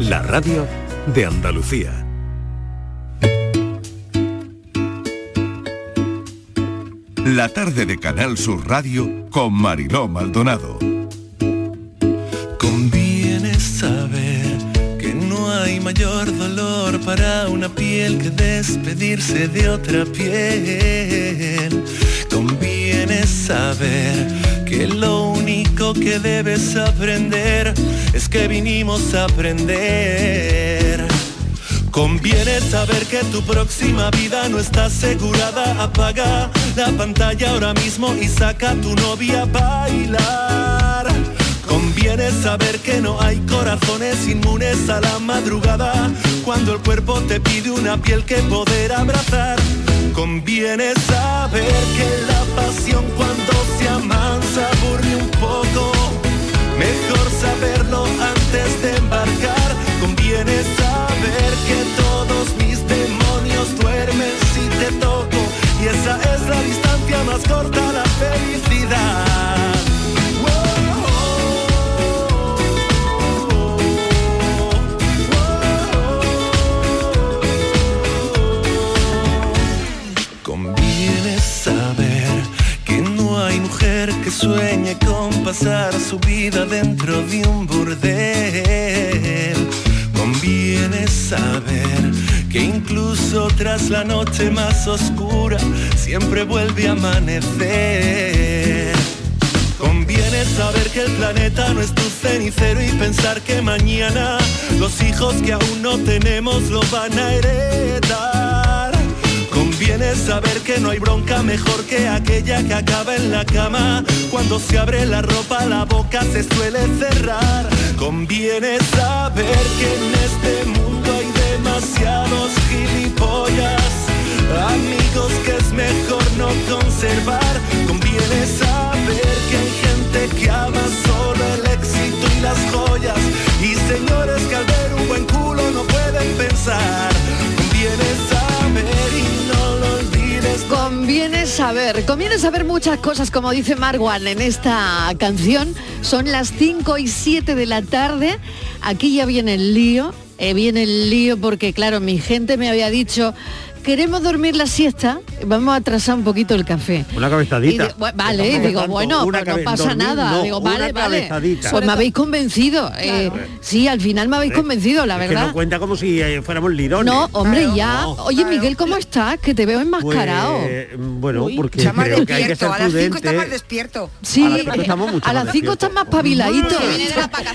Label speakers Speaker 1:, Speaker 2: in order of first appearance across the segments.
Speaker 1: La radio de Andalucía.
Speaker 2: La tarde de Canal Sur Radio con Mariló Maldonado.
Speaker 3: Conviene saber que no hay mayor dolor para una piel que despedirse de otra piel. Conviene saber que lo único que debes aprender es que vinimos a aprender. Conviene saber que tu próxima vida no está asegurada. Apaga la pantalla ahora mismo y saca a tu novia a bailar. Conviene saber que no hay corazones inmunes a la madrugada. Cuando el cuerpo te pide una piel que poder abrazar. Conviene saber que la pasión cuando se amansa aburre un poco. Mejor saberlo antes de embarcar. Conviene saber que todos mis demonios duermen si te toco. Y esa es la distancia más corta a la felicidad. Conviene saber que no hay mujer que sueñe con pasar su vida dentro de un burdel. Conviene saber que incluso tras la noche más oscura siempre vuelve a amanecer. Conviene saber que el planeta no es tu cenicero y pensar que mañana los hijos que aún no tenemos lo van a heredar. Conviene saber que no hay bronca mejor que aquella que acaba en la cama. Cuando se abre la ropa la boca se suele cerrar. Conviene saber que en este mundo hay demasiados gilipollas. Amigos que es mejor no conservar. Conviene saber que hay gente que ama solo el éxito y las joyas. Y señores que al ver un buen culo no pueden pensar. Conviene saber y no lo olvides.
Speaker 4: Conviene saber, conviene saber muchas cosas, como dice Marwan en esta canción. Son las 5 y 7 de la tarde. Aquí ya viene el lío, eh, viene el lío porque, claro, mi gente me había dicho, queremos dormir la siesta, vamos a atrasar un poquito el café.
Speaker 5: Una
Speaker 4: Y
Speaker 5: cabezadita.
Speaker 4: di- bueno, vale,
Speaker 5: Tampoco
Speaker 4: digo,
Speaker 5: tanto,
Speaker 4: bueno,
Speaker 5: una
Speaker 4: pero no
Speaker 5: cabe-
Speaker 4: pasa
Speaker 5: dormir,
Speaker 4: nada.
Speaker 5: no,
Speaker 4: digo,
Speaker 5: una
Speaker 4: vale, vale.
Speaker 5: cabezadita. Eh,
Speaker 4: Pues me habéis convencido. eh, sí, al final me habéis convencido, la
Speaker 5: Que no
Speaker 4: verdad.
Speaker 5: cuenta como si eh, fuéramos lidones.
Speaker 4: No, hombre, ya.
Speaker 5: No.
Speaker 4: Oye, Miguel, ¿cómo estás? Que te veo
Speaker 5: Pues,
Speaker 4: enmascarado.
Speaker 5: bueno, porque
Speaker 6: está más
Speaker 5: creo que hay que
Speaker 6: despierto,
Speaker 5: ser
Speaker 6: a las cinco está más
Speaker 5: prudente.
Speaker 6: despierto.
Speaker 4: Sí,
Speaker 5: a las cinco estamos mucho
Speaker 4: a
Speaker 5: más
Speaker 4: las 5 están más paviladitos.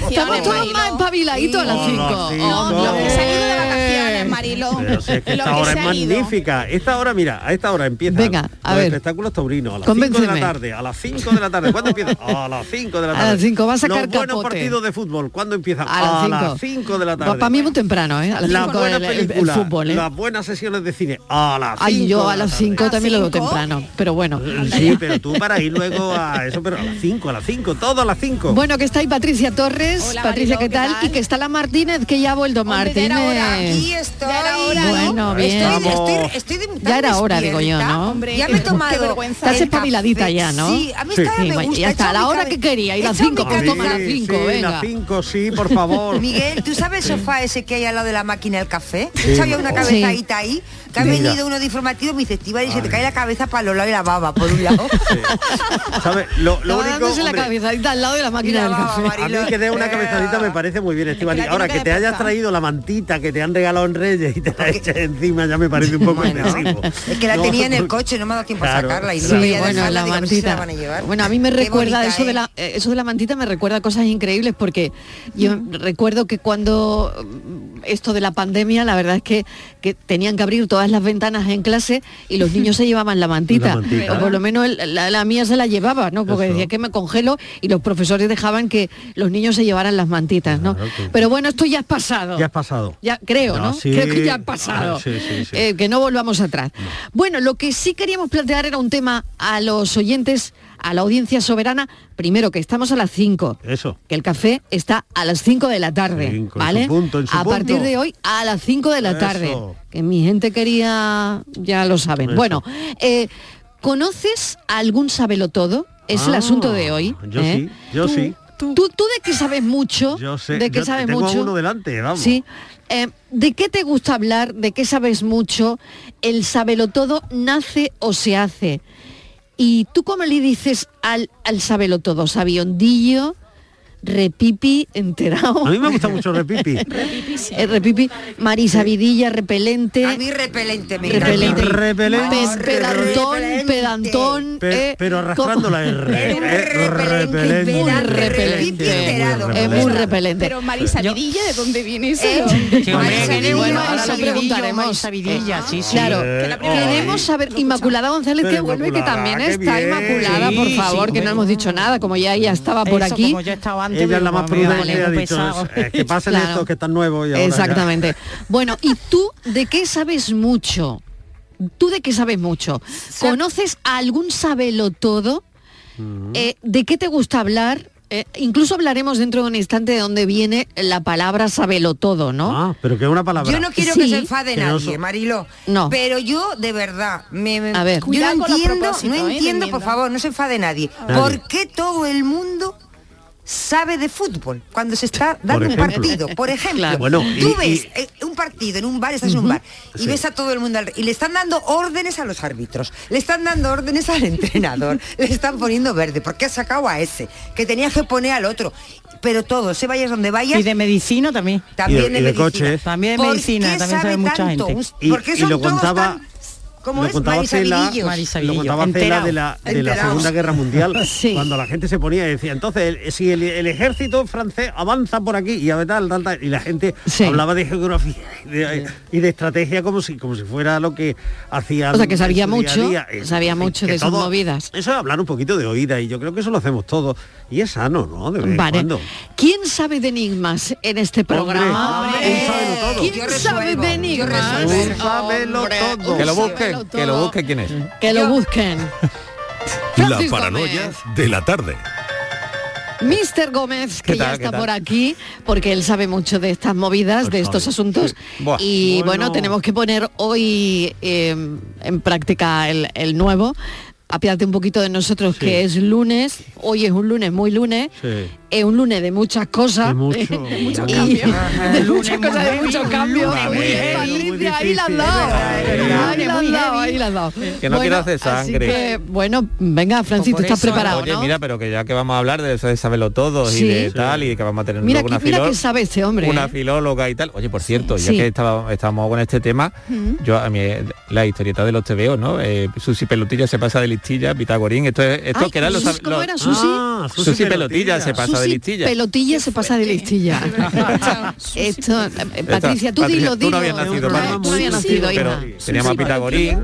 Speaker 4: Estamos todos más espabiladitos a las
Speaker 5: No,
Speaker 4: 5.
Speaker 5: no, sí, no.
Speaker 7: Lo que se ha ido de vacaciones, Marilo.
Speaker 5: Pero si es que
Speaker 7: Lo
Speaker 5: esta
Speaker 7: que
Speaker 5: hora
Speaker 7: se
Speaker 5: es
Speaker 7: ha ido.
Speaker 5: magnífica. Esta hora, mira, a esta hora empiezan
Speaker 4: Venga, a
Speaker 5: los
Speaker 4: ver.
Speaker 5: espectáculos taurinos. A las 5 de la
Speaker 4: Convénceme.
Speaker 5: tarde, a las 5 de la tarde. ¿Cuándo empiezan? A las 5 de la
Speaker 4: A
Speaker 5: tarde.
Speaker 4: las cinco, va a sacar
Speaker 5: Los buenos
Speaker 4: capote.
Speaker 5: partidos de fútbol, ¿cuándo empiezan?
Speaker 4: A las cinco.
Speaker 5: las 5 de la tarde.
Speaker 4: para mí es muy temprano, ¿eh? A las
Speaker 5: las
Speaker 4: 5
Speaker 5: buenas
Speaker 4: el, el- el
Speaker 5: películas,
Speaker 4: fútbol, ¿eh?
Speaker 5: las buenas sesiones de cine, a las 5
Speaker 4: Ay, yo a
Speaker 5: de la
Speaker 4: las
Speaker 5: tarde.
Speaker 4: 5 también lo veo temprano, pero bueno.
Speaker 5: Sí, pero tú para ir luego a eso, pero a las 5, a las 5, todo a las 5.
Speaker 4: Bueno, que está ahí Patricia Torres.
Speaker 5: Hola,
Speaker 4: Patricia, ¿qué,
Speaker 5: Mariló,
Speaker 4: tal?
Speaker 5: ¿qué
Speaker 4: Y que está la Martínez, que ya ha vuelto Martínez.
Speaker 6: Aquí estoy.
Speaker 4: Bueno, bien.
Speaker 6: Estoy,
Speaker 4: Vamos.
Speaker 6: estoy, estoy de- tan
Speaker 4: Ya era hora,
Speaker 6: despierta,
Speaker 4: digo yo, ¿no? Hombre,
Speaker 6: ya me he
Speaker 4: qué
Speaker 6: tomado.
Speaker 4: vergüenza. Estás
Speaker 6: el
Speaker 4: espabiladita
Speaker 6: café.
Speaker 4: ya, ¿no?
Speaker 6: Sí, a mí
Speaker 4: Sí.
Speaker 6: esta hora
Speaker 4: Sí,
Speaker 6: me
Speaker 4: bueno,
Speaker 6: gusta.
Speaker 4: ya está,
Speaker 6: he
Speaker 4: a la
Speaker 6: echado mi
Speaker 4: hora
Speaker 6: cabe-
Speaker 4: que quería, y
Speaker 6: he
Speaker 4: las
Speaker 6: echado
Speaker 4: cinco,
Speaker 6: mi
Speaker 4: ¿cuánto
Speaker 6: cabeza.
Speaker 4: más? Cinco,
Speaker 5: sí,
Speaker 4: venga.
Speaker 5: las 5, sí, por favor.
Speaker 6: Miguel, ¿tú sabes el sofá ese que hay al lado de la máquina del café?
Speaker 5: Sí,
Speaker 6: ¿Sabía una
Speaker 5: sí.
Speaker 6: cabezadita ahí? Que ha
Speaker 5: Mira.
Speaker 6: venido uno de informativo y me dice, "Estíbaliz, se te cae la cabeza para los lados y la baba, por un lado.
Speaker 5: ¿Sabes? Lo, lo
Speaker 4: Estaba
Speaker 5: único,
Speaker 4: dándose la
Speaker 5: hombre,
Speaker 4: cabezadita al lado de la máquina del café.
Speaker 5: a mí que dé una cabezadita me parece muy bien, Estivali.
Speaker 4: la
Speaker 5: Ahora
Speaker 4: tiene
Speaker 5: que
Speaker 4: que
Speaker 5: te hayas
Speaker 4: despertar.
Speaker 5: traído la mantita que te han regalado en Reyes y te la eches encima ya me parece un poco excesivo.
Speaker 6: Es que la
Speaker 5: No,
Speaker 6: tenía en el
Speaker 5: porque-
Speaker 6: coche, no me ha dado tiempo
Speaker 5: Claro,
Speaker 6: Pues a sacarla. Y
Speaker 5: sí,
Speaker 6: no quería
Speaker 4: bueno,
Speaker 6: dejarla,
Speaker 4: la
Speaker 6: digo, no sé si se
Speaker 4: mantita.
Speaker 6: van a llevar.
Speaker 4: Bueno, a mí me
Speaker 6: Qué
Speaker 4: recuerda
Speaker 6: bonita,
Speaker 4: eso de
Speaker 6: ¿eh?
Speaker 4: la eh, eso de la mantita me recuerda cosas increíbles porque yo recuerdo que cuando mm, esto de la pandemia, la verdad es que, que tenían que abrir todas las ventanas en clase y los niños se llevaban la mantita,
Speaker 8: La mantita.
Speaker 4: o por lo menos el- la, la mía se la llevaba, ¿no? Porque decía que me congelo y los profesores dejaban que los niños se llevaran las mantitas, ¿no? Pero bueno, esto ya es pasado.
Speaker 5: Ya has pasado.
Speaker 4: Ya creo, ¿no?
Speaker 5: No, sí.
Speaker 4: Creo que ya ha pasado.
Speaker 5: Ah, sí, sí, sí.
Speaker 4: Eh, que no volvamos atrás. Bueno, lo que sí queríamos plantear era un tema a los oyentes, a la audiencia soberana. Primero, que estamos a las 5.
Speaker 5: Eso.
Speaker 4: Que el café está a las 5 de la tarde,
Speaker 5: Cinco, en
Speaker 4: ¿vale?
Speaker 5: su punto, en su
Speaker 4: a partir
Speaker 5: punto.
Speaker 4: de hoy a las 5 de la
Speaker 5: Eso.
Speaker 4: tarde. Que mi gente quería, ya lo saben.
Speaker 5: Eso.
Speaker 4: Bueno, eh, ¿conoces a algún sabelotodo? Es el
Speaker 5: Ah,
Speaker 4: asunto de hoy.
Speaker 5: Yo sí,
Speaker 4: ¿eh?
Speaker 5: yo sí.
Speaker 4: tú, tú de qué sabes mucho,
Speaker 5: Yo sé,
Speaker 4: de qué
Speaker 5: yo
Speaker 4: sabes
Speaker 5: tengo a
Speaker 4: mucho.
Speaker 5: uno delante, vamos.
Speaker 4: Sí. Eh, ¿De qué te gusta hablar? ¿De qué sabes mucho? El sabelo todo nace o se hace. ¿Y tú cómo le dices al, al sabelo todo? ¿Sabiondillo? ¿Repipi? ¿Enterado?
Speaker 5: A mí me gusta mucho Repipi.
Speaker 4: Eh, repipi, Marisa Vidilla, repelente.
Speaker 6: A mí repelente me
Speaker 4: Repelente.
Speaker 6: encanta.
Speaker 5: Repelente.
Speaker 4: Pe- pedantón,
Speaker 6: Repelente.
Speaker 4: pedantón.
Speaker 5: Pe-
Speaker 4: eh,
Speaker 5: pero arrastrando
Speaker 4: como-
Speaker 5: la R.
Speaker 6: Es un
Speaker 5: eh,
Speaker 6: repelente,
Speaker 4: Muy
Speaker 6: Era
Speaker 4: repelente.
Speaker 6: repelente, esperado.
Speaker 4: Es muy repelente. Eh,
Speaker 7: Pero Marisa Vidilla, ¿de dónde viene eso?
Speaker 8: Sí, hombre,
Speaker 4: Marisa
Speaker 8: que
Speaker 4: Vidilla,
Speaker 8: bueno,
Speaker 4: eso
Speaker 8: Marisa Vidilla,
Speaker 4: preguntaremos.
Speaker 8: Marisa Vidilla, sí, sí.
Speaker 4: Claro,
Speaker 5: Eh,
Speaker 4: queremos saber, Inmaculada González que
Speaker 5: Pero
Speaker 4: vuelve, que
Speaker 5: Inmaculada,
Speaker 4: también
Speaker 5: qué
Speaker 4: está
Speaker 5: bien.
Speaker 4: Inmaculada,
Speaker 8: Sí,
Speaker 4: por
Speaker 8: sí,
Speaker 4: favor, que no
Speaker 8: bueno.
Speaker 4: hemos dicho nada, como ya ella estaba por
Speaker 8: Eso,
Speaker 4: aquí.
Speaker 8: como yo he estado antes,
Speaker 5: Ella es la
Speaker 8: digo,
Speaker 4: pues,
Speaker 5: más
Speaker 8: me vale,
Speaker 5: prudente y ha
Speaker 8: muy
Speaker 5: dicho
Speaker 8: pesado.
Speaker 5: eso. Es que pasen
Speaker 4: Claro.
Speaker 5: estos que están nuevos y ahora ya.
Speaker 4: Exactamente. Bueno, ¿y tú de qué sabes mucho? ¿Tú de qué sabes mucho? ¿Conoces a algún sabelo todo?
Speaker 5: Mm.
Speaker 4: Eh, ¿De qué te gusta hablar? Eh, incluso hablaremos dentro de un instante de dónde viene la palabra sabelo todo, ¿no?
Speaker 5: Ah, pero que es una palabra.
Speaker 6: Yo no quiero
Speaker 4: Sí.
Speaker 6: que se enfade
Speaker 5: Pero
Speaker 6: nadie,
Speaker 5: eso-
Speaker 6: Mariló.
Speaker 4: No.
Speaker 6: Pero yo, de verdad, me, me-
Speaker 4: A ver.
Speaker 6: yo
Speaker 7: Cuidado
Speaker 6: no
Speaker 7: con los
Speaker 6: entiendo, no
Speaker 7: propósitos, ¿eh?
Speaker 6: entiendo,
Speaker 7: Entendiendo.
Speaker 6: por favor, no se enfade nadie.
Speaker 5: Nadie.
Speaker 6: ¿Por qué todo el mundo sabe de fútbol cuando se está dando un
Speaker 5: ejemplo.
Speaker 6: partido? Por ejemplo,
Speaker 4: Claro.
Speaker 5: Bueno,
Speaker 6: tú
Speaker 5: y-
Speaker 6: ves
Speaker 5: y-
Speaker 6: eh, un partido en un bar, estás en un bar, y
Speaker 5: Sí.
Speaker 6: ves a todo el mundo al- y le están dando órdenes a los árbitros, le están dando órdenes al entrenador, le están poniendo verde, porque ha sacado a ese, que tenía que poner al otro. Pero todo, se vayas donde vayas,
Speaker 8: Y de medicina también.
Speaker 5: Y de-
Speaker 6: también
Speaker 5: y de
Speaker 6: medicina.
Speaker 5: coches.
Speaker 8: También de
Speaker 6: ¿Por
Speaker 8: medicina,
Speaker 6: qué
Speaker 8: también sabe mucha
Speaker 6: tanto?
Speaker 8: gente.
Speaker 6: Un- ¿Por
Speaker 5: Y- y
Speaker 6: qué Pues, son
Speaker 5: lo
Speaker 6: todos
Speaker 5: contaba-
Speaker 6: tan- ¿Cómo
Speaker 5: lo
Speaker 6: es?
Speaker 5: contaba Cela,
Speaker 6: Marisavidillos?
Speaker 5: lo
Speaker 8: Marisavidillo,
Speaker 5: contaba Cela
Speaker 8: enterado.
Speaker 5: de la, de la
Speaker 6: Enterado.
Speaker 5: Segunda Guerra Mundial,
Speaker 4: Sí.
Speaker 5: cuando la gente se ponía y decía, entonces, el- si el, el ejército francés avanza por aquí y a tal, tal, tal, y la gente
Speaker 4: Sí.
Speaker 5: hablaba de geografía y de, y de estrategia como si como si fuera lo que hacía.
Speaker 4: O sea, que sabía mucho, sabía mucho de
Speaker 5: sus
Speaker 4: esas movidas.
Speaker 5: Eso es hablar un poquito de oída y yo creo que eso lo hacemos todos. Y es sano, ¿no? De vez en
Speaker 4: Vale.
Speaker 5: cuando.
Speaker 4: ¿Quién sabe de enigmas en este programa?
Speaker 5: Hombre, un sábelo todo.
Speaker 4: ¿Quién
Speaker 6: Yo
Speaker 4: sabe
Speaker 6: resuelvo,
Speaker 4: de
Speaker 6: yo
Speaker 4: enigmas?
Speaker 6: resuelvo.
Speaker 5: Un sábelo
Speaker 4: Hombre,
Speaker 5: todo.
Speaker 4: un
Speaker 9: Que lo
Speaker 4: sábelo
Speaker 9: busquen, que lo
Speaker 4: todo.
Speaker 9: busquen quién es.
Speaker 4: Que lo busquen.
Speaker 1: La
Speaker 4: Francis
Speaker 1: paranoia
Speaker 4: Gómez.
Speaker 1: de la tarde.
Speaker 4: Mr. Gómez, que
Speaker 9: ¿Qué
Speaker 4: ya
Speaker 9: tal,
Speaker 4: está
Speaker 9: qué tal? Pues
Speaker 4: por aquí, porque él sabe mucho de estas movidas, de estos asuntos.
Speaker 9: Buah.
Speaker 4: y bueno,
Speaker 5: Bueno.
Speaker 4: tenemos que poner hoy eh, en práctica el, el nuevo. Apiádate un poquito de nosotros, que es lunes. Hoy es un lunes muy lunes.
Speaker 5: Sí.
Speaker 4: Es un lunes de muchas cosas.
Speaker 5: De mucho.
Speaker 4: Y- de muchas cosas, de muchos cambios.
Speaker 5: lunes muy
Speaker 4: Eh,
Speaker 5: heavy, muy
Speaker 4: Patricia, ahí la has
Speaker 5: difícil,
Speaker 4: dado.
Speaker 5: es
Speaker 8: verdad.
Speaker 4: Ahí la has
Speaker 8: Muy
Speaker 4: dado,
Speaker 8: heavy.
Speaker 4: ahí la has dado.
Speaker 9: Que no quiero hacer
Speaker 4: así
Speaker 9: sangre.
Speaker 4: que, bueno, venga, Francis,
Speaker 8: Por
Speaker 4: tú estás
Speaker 8: eso,
Speaker 4: preparado,
Speaker 9: Oye,
Speaker 4: ¿no?
Speaker 9: mira, pero que ya que vamos a hablar de eso de saberlo todo
Speaker 4: Sí.
Speaker 9: y de
Speaker 4: Sí.
Speaker 9: tal, y que vamos a tener
Speaker 4: Mira,
Speaker 9: luego
Speaker 4: que,
Speaker 9: una
Speaker 4: mira
Speaker 9: filó-
Speaker 4: que sabe este hombre.
Speaker 9: una
Speaker 4: ¿eh?
Speaker 9: filóloga y tal. Oye, por cierto, ya
Speaker 4: Sí.
Speaker 9: que estaba, estábamos con este tema, yo a mí eh, la historieta de los TVO, ¿no? Eh, Susi Pelotilla se pasa de listilla, Pitagorín, esto es, esto
Speaker 4: Ay,
Speaker 9: que eran los,
Speaker 4: ¿Susi? ¿Cómo
Speaker 9: los-
Speaker 4: era Susi?
Speaker 5: Ah,
Speaker 9: Susi Pelotilla se pasa de
Speaker 4: Susi
Speaker 9: listilla.
Speaker 4: Pelotilla se pasa de listilla. Esto, eh, Patricia, tú
Speaker 9: Patricia,
Speaker 4: dilo,
Speaker 9: tú
Speaker 4: dilo.
Speaker 9: no habías
Speaker 4: Tú
Speaker 9: nacido,
Speaker 4: no-
Speaker 5: Patricia.
Speaker 4: tú no habías
Speaker 5: Sí,
Speaker 4: nacido,
Speaker 5: sí,
Speaker 9: pero
Speaker 4: hija.
Speaker 9: teníamos a Pitagorín,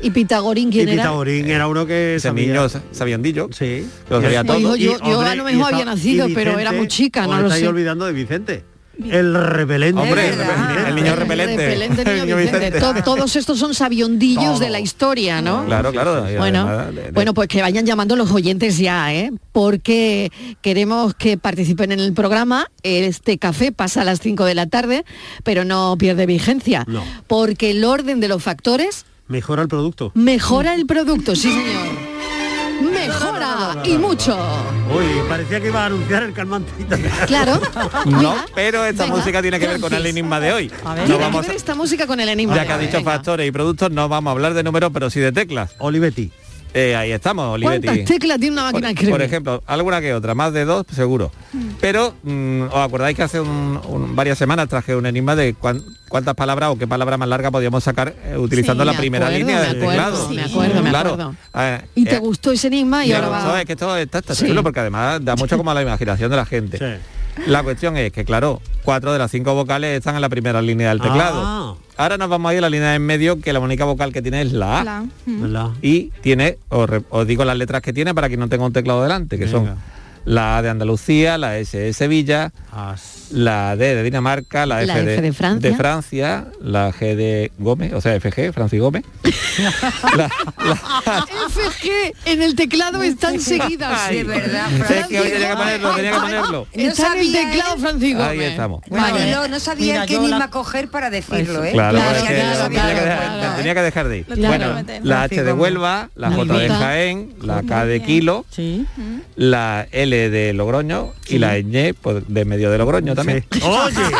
Speaker 4: ¿Y Pitagorín quién
Speaker 5: Y
Speaker 4: era?
Speaker 5: Pitaurín era uno que
Speaker 9: ese
Speaker 5: sabía.
Speaker 9: niño sa- sabiondillo,
Speaker 5: Sí.
Speaker 9: que lo sabía
Speaker 4: Pues
Speaker 9: todo.
Speaker 4: hijo, yo-
Speaker 5: Y,
Speaker 4: yo a lo
Speaker 5: hombre,
Speaker 4: mejor
Speaker 5: y
Speaker 4: había
Speaker 5: está-
Speaker 4: nacido,
Speaker 5: y
Speaker 4: pero
Speaker 5: Vicente,
Speaker 4: era muy chica,
Speaker 5: os
Speaker 4: no lo
Speaker 5: estáis
Speaker 4: sé.
Speaker 5: olvidando de Vicente. El repelente.
Speaker 9: Hombre,
Speaker 6: Es verdad.
Speaker 9: el niño
Speaker 4: El
Speaker 9: repelente.
Speaker 4: repelente, niño Vicente. To- Todos estos son sabiondillos
Speaker 5: Todo.
Speaker 4: de la historia, ¿no?
Speaker 9: Claro, claro. y
Speaker 4: Bueno,
Speaker 9: además de- de-
Speaker 4: bueno, pues que vayan llamando los oyentes ya, ¿eh? porque queremos que participen en el programa. Este café pasa a las 5 de la tarde, pero no pierde vigencia,
Speaker 5: No.
Speaker 4: porque el orden de los factores
Speaker 5: Mejora el producto.
Speaker 4: mejora el producto, sí señor. Mejora y mucho.
Speaker 5: Uy, parecía que iba a anunciar el calmantito.
Speaker 4: Claro.
Speaker 9: No,
Speaker 4: Mira,
Speaker 9: pero esta
Speaker 4: Venga,
Speaker 9: música tiene que ver con el
Speaker 4: Francis.
Speaker 9: enigma de hoy.
Speaker 8: A ver.
Speaker 9: No
Speaker 4: tiene
Speaker 9: vamos
Speaker 4: que
Speaker 9: a-
Speaker 4: ver esta música con el enigma.
Speaker 9: ya que ha
Speaker 4: de hoy,
Speaker 9: dicho
Speaker 4: venga.
Speaker 9: factores y productos, no vamos a hablar de números, pero sí de teclas.
Speaker 5: Olivetti.
Speaker 9: Eh, ahí estamos, Olivetti.
Speaker 4: ¿Cuántas teclas tiene una máquina de
Speaker 9: por,
Speaker 4: escribir?
Speaker 9: por ejemplo, alguna que otra, más de dos seguro. Pero, mm, ¿os acordáis que hace un- un- varias semanas traje un enigma de cuán- cuántas palabras o qué palabra más larga podíamos sacar eh, utilizando
Speaker 4: Sí,
Speaker 9: la
Speaker 4: me
Speaker 9: primera
Speaker 4: acuerdo,
Speaker 9: línea
Speaker 4: me
Speaker 9: del
Speaker 4: acuerdo,
Speaker 9: teclado?
Speaker 4: sí, me acuerdo, me
Speaker 9: Claro.
Speaker 4: acuerdo.
Speaker 9: Eh,
Speaker 4: Y te
Speaker 9: eh,
Speaker 4: gustó ese enigma y
Speaker 9: me
Speaker 4: ahora
Speaker 9: gustó,
Speaker 4: va.
Speaker 9: es que esto está, está
Speaker 4: Sí.
Speaker 9: chulo porque además da mucho como a la imaginación de la gente. La cuestión es que, claro, cuatro de las cinco vocales están en la primera línea del teclado.
Speaker 5: Ah.
Speaker 9: Ahora nos vamos a ir a la línea de en medio, que la única vocal que tiene es la A.
Speaker 7: La-
Speaker 5: ¿Verdad?
Speaker 9: Y tiene, os, re- os digo las letras que tiene para que no tenga un teclado delante, que
Speaker 5: Venga.
Speaker 9: son la A de Andalucía, la S de Sevilla,
Speaker 5: As-
Speaker 9: la D de Dinamarca, la F,
Speaker 4: La F de Francia.
Speaker 9: Francia, la G de Gómez, o sea, FG, Francis Gómez. La- la-
Speaker 4: FG en el teclado están seguidas.
Speaker 6: Ay, de verdad,
Speaker 9: Sé que hoy
Speaker 6: Francis
Speaker 9: tenía que
Speaker 6: Gómez.
Speaker 9: ponerlo, tenía que ponerlo.
Speaker 6: No
Speaker 4: Está en el
Speaker 6: sabía,
Speaker 4: teclado,
Speaker 6: ¿eh?
Speaker 4: Francisco.
Speaker 9: Ahí estamos.
Speaker 6: Bueno,
Speaker 4: Vale.
Speaker 6: no, no sabía
Speaker 8: Mira,
Speaker 6: qué
Speaker 8: yo la-
Speaker 6: enigma coger para
Speaker 5: Pues
Speaker 6: decirlo, ¿eh?
Speaker 9: Claro,
Speaker 4: Claro,
Speaker 9: es que
Speaker 4: claro,
Speaker 9: lo tenía,
Speaker 4: claro,
Speaker 9: que dejar,
Speaker 4: claro.
Speaker 9: lo tenía que dejar de ir.
Speaker 7: Lo tenía
Speaker 9: Bueno,
Speaker 7: que meter.
Speaker 9: la H de Huelva, la J de
Speaker 4: Nota.
Speaker 9: Jaén, la K de Kilo,
Speaker 8: Sí.
Speaker 9: la L L de Logroño y la ñ pues, de medio de Logroño también.
Speaker 5: Oye.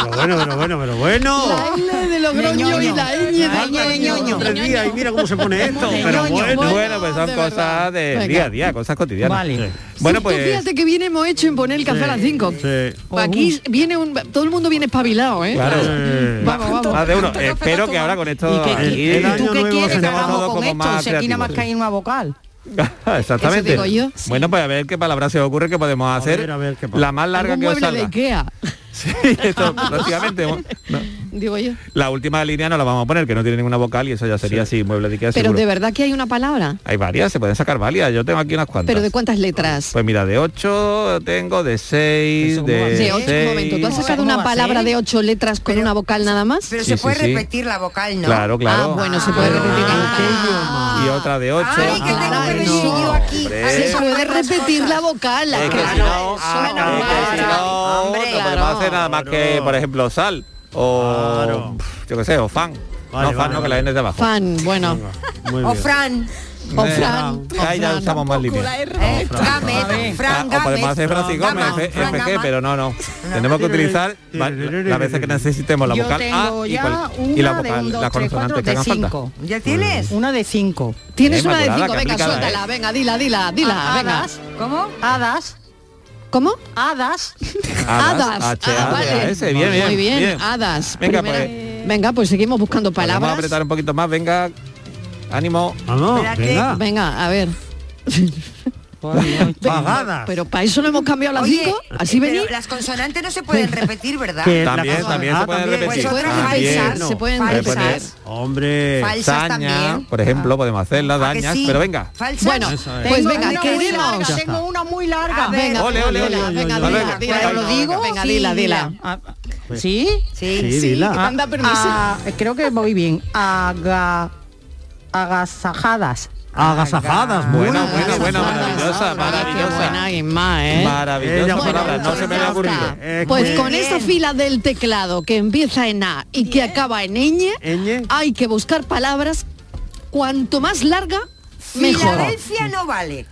Speaker 5: Pero bueno, pero bueno, pero
Speaker 9: Eh,
Speaker 5: bueno.
Speaker 4: La L de Logroño y la ñ de
Speaker 5: Faltan
Speaker 4: Ñoño.
Speaker 5: tres días y mira cómo se pone esto. Pero
Speaker 4: Ñoño,
Speaker 5: bueno.
Speaker 4: bueno.
Speaker 9: Bueno, pues son
Speaker 4: de
Speaker 9: cosas
Speaker 4: verdad.
Speaker 9: de
Speaker 4: Venga.
Speaker 9: día a día, cosas cotidianas.
Speaker 8: Vale.
Speaker 9: Bueno,
Speaker 4: Sí, tú
Speaker 9: pues
Speaker 4: Fíjate que bien hemos hecho en poner el café a las 5.
Speaker 5: Sí.
Speaker 4: Aquí viene un... Todo el mundo viene espabilado, ¿eh?
Speaker 9: Claro.
Speaker 5: Eh,
Speaker 4: Vamos, vamos.
Speaker 9: más de uno.
Speaker 7: Tanto café
Speaker 9: Espero
Speaker 7: no
Speaker 9: que ahora con
Speaker 8: ¿Y
Speaker 9: esto
Speaker 8: qué-
Speaker 5: el-
Speaker 9: aquí-
Speaker 8: y-
Speaker 5: el
Speaker 8: y tú
Speaker 5: año
Speaker 8: qué
Speaker 5: nuevo
Speaker 8: quieres que
Speaker 9: seremos
Speaker 8: hagamos
Speaker 9: todos
Speaker 8: con
Speaker 9: como
Speaker 8: esto?
Speaker 9: más
Speaker 8: Si aquí nada más
Speaker 9: creativos.
Speaker 8: cae una vocal.
Speaker 9: Exactamente.
Speaker 4: Eso digo yo.
Speaker 9: Bueno, pues a ver qué palabra se os ocurre que podemos hacer.
Speaker 5: ver, a ver, ¿qué pasa?
Speaker 9: la más larga
Speaker 4: Algún
Speaker 9: que os
Speaker 4: mueble de
Speaker 9: salga.
Speaker 4: Ikea,
Speaker 9: Sí, esto, prácticamente. no.
Speaker 4: digo yo.
Speaker 9: La última línea no la vamos a poner, que no tiene ninguna vocal y eso ya sería así, mueble de Ikea
Speaker 4: Pero
Speaker 9: seguro.
Speaker 4: de verdad que hay una palabra.
Speaker 9: Hay varias, se pueden sacar varias. Yo tengo aquí unas cuantas.
Speaker 4: ¿Pero de cuántas letras?
Speaker 9: Pues mira, de 8 tengo, de 6,
Speaker 8: Eso, ¿cómo va a
Speaker 9: de
Speaker 8: ser?
Speaker 4: De ocho, un
Speaker 9: Eh, seis.
Speaker 4: momento. ¿Tú has
Speaker 8: seis.
Speaker 4: sacado
Speaker 8: ¿Cómo
Speaker 4: una
Speaker 8: va a
Speaker 4: palabra
Speaker 8: ser?
Speaker 4: de ocho letras con una vocal nada más?
Speaker 6: Pero
Speaker 9: Sí,
Speaker 6: se
Speaker 9: sí,
Speaker 6: puede
Speaker 9: sí.
Speaker 6: repetir la vocal, ¿no?
Speaker 9: Claro, claro.
Speaker 4: Ah, bueno, se puede repetir. Ah,
Speaker 9: Y otra de 8.
Speaker 6: Ay, que tengo que
Speaker 4: Ay,
Speaker 6: venir
Speaker 4: no.
Speaker 6: yo aquí. Ah,
Speaker 9: Hombre.
Speaker 6: a
Speaker 4: Se puede
Speaker 6: resolver las
Speaker 4: repetir
Speaker 6: cosas.
Speaker 4: la vocal.
Speaker 9: Es que
Speaker 4: claro,
Speaker 9: si no,
Speaker 4: eso,
Speaker 9: ah,
Speaker 4: menos
Speaker 9: es que
Speaker 4: mal.
Speaker 9: si no,
Speaker 6: Hombre, ah.
Speaker 9: no podemos hacer nada más que,
Speaker 5: claro.
Speaker 9: por ejemplo, sal o
Speaker 5: Claro.
Speaker 9: yo qué sé, o fan.
Speaker 5: Vale,
Speaker 9: no, fan
Speaker 5: vale,
Speaker 9: no, que
Speaker 5: vale.
Speaker 9: la N es de abajo.
Speaker 4: Fan, bueno.
Speaker 5: muy
Speaker 6: O
Speaker 5: bien.
Speaker 6: Fran,
Speaker 4: O
Speaker 9: Eh,
Speaker 4: Fran.
Speaker 9: Ahí ya
Speaker 4: o Fran.
Speaker 9: usamos más líneas.
Speaker 6: eh, Gámez,
Speaker 9: Ah,
Speaker 6: Fran
Speaker 9: o podemos hacer
Speaker 6: Gámez. Fran
Speaker 9: Francis Gómez,
Speaker 6: Gama,
Speaker 9: F-
Speaker 6: Fran
Speaker 9: FG,
Speaker 6: Gama.
Speaker 9: pero no, no. Tenemos que utilizar va- las veces que necesitemos la
Speaker 8: Yo
Speaker 9: vocal A
Speaker 8: tengo
Speaker 9: y,
Speaker 8: ya
Speaker 9: cual- y la
Speaker 8: una de
Speaker 9: vocal,
Speaker 8: un,
Speaker 9: las
Speaker 8: dos, tres, cuatro,
Speaker 9: consonantes que
Speaker 8: de
Speaker 9: hagan falta.
Speaker 8: cinco.
Speaker 6: ¿Ya tienes?
Speaker 8: Una de cinco.
Speaker 4: Tienes
Speaker 9: Eh,
Speaker 4: una de
Speaker 9: Inmaculada,
Speaker 4: cinco,
Speaker 9: que
Speaker 4: venga,
Speaker 9: aplicada,
Speaker 4: suéltala, venga, dila, dila, dila, venga.
Speaker 8: Hadas,
Speaker 6: Ah, ¿Cómo?
Speaker 8: hadas,
Speaker 4: ¿Cómo?
Speaker 8: hadas.
Speaker 4: Hadas. Ah, vale.
Speaker 9: H-A-D-A-S, bien, bien,
Speaker 4: Muy bien, hadas.
Speaker 9: Venga,
Speaker 4: Primera-
Speaker 9: pues
Speaker 4: Venga, pues seguimos buscando
Speaker 9: Vamos a
Speaker 4: palabras.
Speaker 9: apretar un poquito más, venga. Ánimo.
Speaker 5: Vamos,
Speaker 6: Espérate.
Speaker 5: Ah, venga.
Speaker 4: Venga, a ver.
Speaker 5: Pagadas.
Speaker 4: Pero para eso no hemos cambiado las
Speaker 6: Oye,
Speaker 4: cinco, así
Speaker 6: pero
Speaker 4: venís.
Speaker 6: las consonantes no se pueden repetir, ¿verdad?
Speaker 5: Que la
Speaker 9: También,
Speaker 5: cosa-
Speaker 9: también se
Speaker 5: Ah,
Speaker 9: puede
Speaker 6: Pues
Speaker 9: repetir.
Speaker 4: Se pueden
Speaker 6: otra
Speaker 9: También.
Speaker 4: revisar,
Speaker 6: falsa.
Speaker 4: se pueden
Speaker 6: Falsas.
Speaker 4: revisar.
Speaker 5: Hombre. Ah.
Speaker 6: Falsas
Speaker 9: Daña,
Speaker 6: también.
Speaker 9: por ejemplo, podemos hacerla,
Speaker 6: ¿A que
Speaker 9: dañas,
Speaker 6: sí?
Speaker 9: pero venga.
Speaker 6: Falsas.
Speaker 4: Bueno,
Speaker 5: Eso es.
Speaker 4: pues
Speaker 8: Tengo
Speaker 4: venga,
Speaker 8: una
Speaker 4: que
Speaker 8: muy
Speaker 4: diremos.
Speaker 8: larga,
Speaker 5: Ya
Speaker 8: Tengo
Speaker 5: está.
Speaker 8: una muy larga.
Speaker 6: A ver,
Speaker 4: Venga,
Speaker 9: Ole, ole, ole, ole,
Speaker 4: venga,
Speaker 5: ole, ole.
Speaker 4: dila, dila,
Speaker 8: ¿Lo
Speaker 4: dila,
Speaker 8: digo?
Speaker 4: Venga,
Speaker 8: Sí,
Speaker 4: dila, dila.
Speaker 8: mira. Ah, ah, ¿Sí?
Speaker 5: Sí,
Speaker 6: Sí.
Speaker 5: dila.
Speaker 8: Ah,
Speaker 7: Anda, permiso.
Speaker 8: ah, creo que voy bien. Aga- agasajadas.
Speaker 5: Agasajadas,
Speaker 9: Buena,
Speaker 5: muy
Speaker 9: buena, buena,
Speaker 5: agasajadas.
Speaker 4: Qué
Speaker 9: maravillosa,
Speaker 4: buena
Speaker 9: maravillosa.
Speaker 4: Guismá, ¿eh?
Speaker 9: Maravillosa
Speaker 5: Bueno,
Speaker 9: palabra, no
Speaker 5: pues
Speaker 9: se me había
Speaker 5: ya
Speaker 9: ocurrido.
Speaker 5: está. Eh,
Speaker 4: Pues
Speaker 5: que-
Speaker 4: con esa fila del teclado que empieza en A y que acaba en ñ,
Speaker 5: Ñ.
Speaker 4: hay que buscar palabras cuanto más larga, mejor.
Speaker 6: Filadelfia no vale.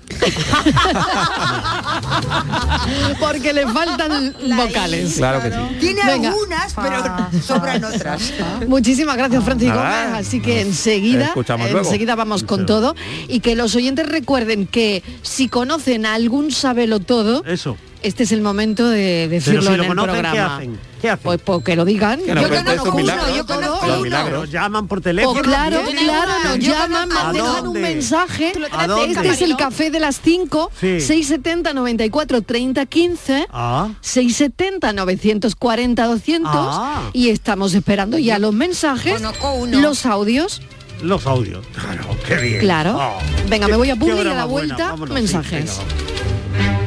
Speaker 4: Porque le faltan vocales.
Speaker 9: Claro que sí.
Speaker 6: Tiene
Speaker 4: Venga. Ah.
Speaker 6: algunas, pero sobran otras.
Speaker 4: Muchísimas gracias, Francis
Speaker 9: Nada.
Speaker 4: Gómez. Así que enseguida,
Speaker 9: Escuchamos luego.
Speaker 4: enseguida vamos con todo. Y que los oyentes recuerden que si conocen a algún sabelo todo,
Speaker 5: Eso.
Speaker 4: este es el momento de decirlo
Speaker 5: si
Speaker 4: en
Speaker 5: lo
Speaker 4: el
Speaker 5: conocen, ¿qué
Speaker 4: programa.
Speaker 5: hacen? ¿Qué hacen?
Speaker 4: Pues, pues que lo digan.
Speaker 9: Que nos
Speaker 4: Yo
Speaker 9: cuente
Speaker 4: conozco
Speaker 9: sus milagros.
Speaker 4: uno, yo
Speaker 9: Los
Speaker 4: conozco uno.
Speaker 9: milagros.
Speaker 5: Pero llaman por
Speaker 4: O
Speaker 5: teléfono.
Speaker 4: claro,
Speaker 5: también.
Speaker 4: claro, nos
Speaker 6: Yo
Speaker 4: llaman,
Speaker 6: conozco
Speaker 4: nos
Speaker 5: uno.
Speaker 4: dejan un
Speaker 5: ¿Dónde?
Speaker 4: mensaje.
Speaker 7: Tú lo
Speaker 5: ¿A
Speaker 7: traes
Speaker 5: dónde?
Speaker 7: de
Speaker 4: Este es el
Speaker 7: camarero.
Speaker 4: café de las 5,
Speaker 5: Sí.
Speaker 4: 670 94 30 15.
Speaker 5: Ah.
Speaker 4: 670 940 200
Speaker 5: Ah.
Speaker 4: y estamos esperando ya los mensajes,
Speaker 6: Conozco uno.
Speaker 4: los audios,
Speaker 5: Los audios. Claro, qué bien.
Speaker 4: claro.
Speaker 5: Ah.
Speaker 4: Venga, me voy a
Speaker 5: Qué
Speaker 4: publicar
Speaker 5: hora
Speaker 4: a la
Speaker 5: más buena.
Speaker 4: vuelta
Speaker 5: Vámonos, sí,
Speaker 4: mensajes.
Speaker 5: venga,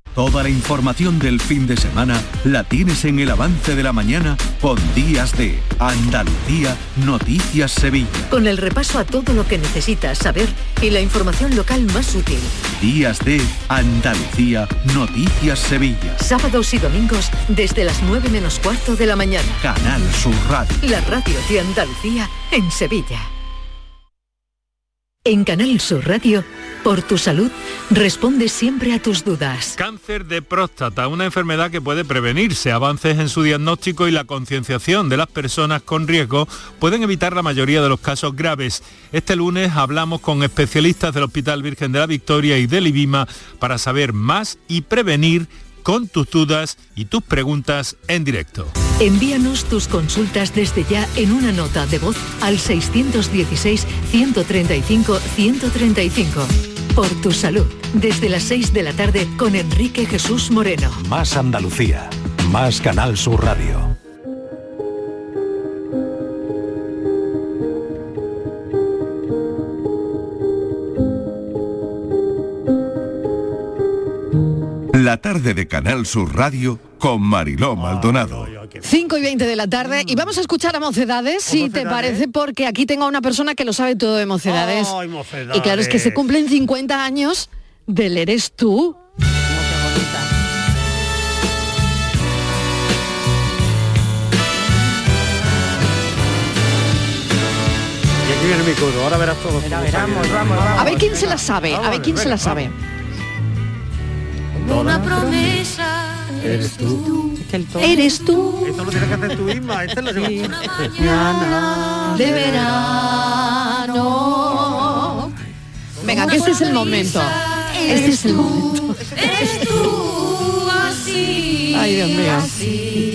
Speaker 2: Toda la información del fin de semana la tienes en el avance de la mañana con días de Andalucía Noticias Sevilla.
Speaker 10: Con el repaso a todo lo que necesitas saber y la información local más útil.
Speaker 2: Días de Andalucía Noticias Sevilla.
Speaker 10: Sábados y domingos desde las 9 menos cuarto de la mañana.
Speaker 2: Canal Sur Radio.
Speaker 10: La radio de Andalucía en Sevilla. En Canal Sur Radio, por tu salud, responde siempre a tus dudas.
Speaker 11: Cáncer de próstata, una enfermedad que puede prevenirse. Avances en su diagnóstico y la concienciación de las personas con riesgo pueden evitar la mayoría de los casos graves. Este lunes hablamos con especialistas del Hospital Virgen de la Victoria y del IBIMA para saber más y prevenir con tus dudas y tus preguntas en directo.
Speaker 10: Envíanos tus consultas desde ya en una nota de voz al 616-135-135. Por tu salud, desde las 6 de la tarde con Enrique Jesús Moreno.
Speaker 12: Más Andalucía, más Canal Sur Radio.
Speaker 13: La tarde de Canal Sur Radio con Mariló Maldonado.
Speaker 4: 5 y 20 de la tarde y vamos a escuchar a Mocedades, si te parece, porque aquí tengo a una persona que lo sabe todo de Mocedades.
Speaker 5: Ay, Mocedades.
Speaker 4: Y claro, es que se cumplen 50 años del Eres tú.
Speaker 5: Y aquí viene mi codo, ahora verás todo.
Speaker 4: A ver quién se la sabe, a ver quién se la sabe.
Speaker 14: Una promesa.
Speaker 5: Eres tú.
Speaker 4: Eres tú.
Speaker 5: Esto lo tienes que hacer tú misma, este esta es la
Speaker 4: De verano. Venga, que este es el momento. Este es el momento.
Speaker 14: Eres tú así.
Speaker 4: Ay, Dios mío.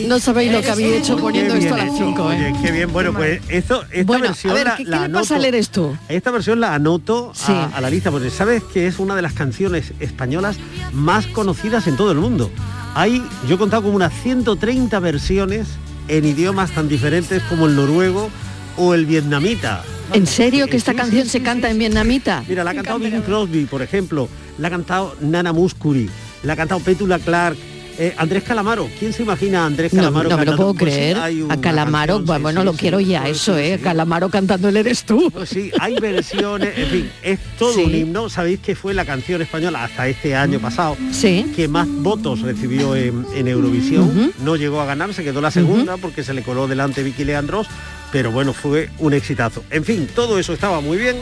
Speaker 4: No sabéis lo que había hecho poniendo
Speaker 5: Qué
Speaker 4: esto a
Speaker 5: bien
Speaker 4: las
Speaker 5: hecho,
Speaker 4: 5, ¿eh?
Speaker 5: Oye, qué bien. Bueno, pues esto, esta
Speaker 4: Bueno,
Speaker 5: versión
Speaker 4: a ver,
Speaker 5: la,
Speaker 4: ¿qué- qué
Speaker 5: la
Speaker 4: le pasa
Speaker 5: anoto-
Speaker 4: al Eres tú?
Speaker 5: Esta versión la anoto a-
Speaker 4: Sí.
Speaker 5: a, la lista, porque sabes que es una de las canciones españolas más conocidas en todo el mundo. Hay, yo he contado como unas 130 versiones en idiomas tan diferentes como el noruego o el vietnamita.
Speaker 4: ¿En serio que esta canción se canta en vietnamita?
Speaker 5: Mira, la ha cantado Bing Crosby, por ejemplo, la ha cantado Nana Muscuri, la ha cantado Petula Clark, eh, Andrés Calamaro. ¿Quién se imagina a Andrés
Speaker 4: No,
Speaker 5: Calamaro?
Speaker 4: no me lo
Speaker 5: cantando?
Speaker 4: puedo
Speaker 5: Pues sí,
Speaker 4: creer.
Speaker 5: hay
Speaker 4: A
Speaker 5: una
Speaker 4: Calamaro,
Speaker 5: canción, sí,
Speaker 4: bueno,
Speaker 5: sí,
Speaker 4: lo
Speaker 5: sí.
Speaker 4: quiero ya, eso, ¿eh? Calamaro cantando el eres tú.
Speaker 5: Pues sí, hay versiones, en fin, es todo
Speaker 4: Sí.
Speaker 5: un himno. Sabéis que fue la canción española hasta este año pasado
Speaker 4: Sí.
Speaker 5: que más votos recibió en, en Eurovisión. No llegó a ganar, se quedó la segunda porque se le coló delante Vicky Leandros, pero bueno, fue un exitazo. En fin, todo eso estaba muy bien.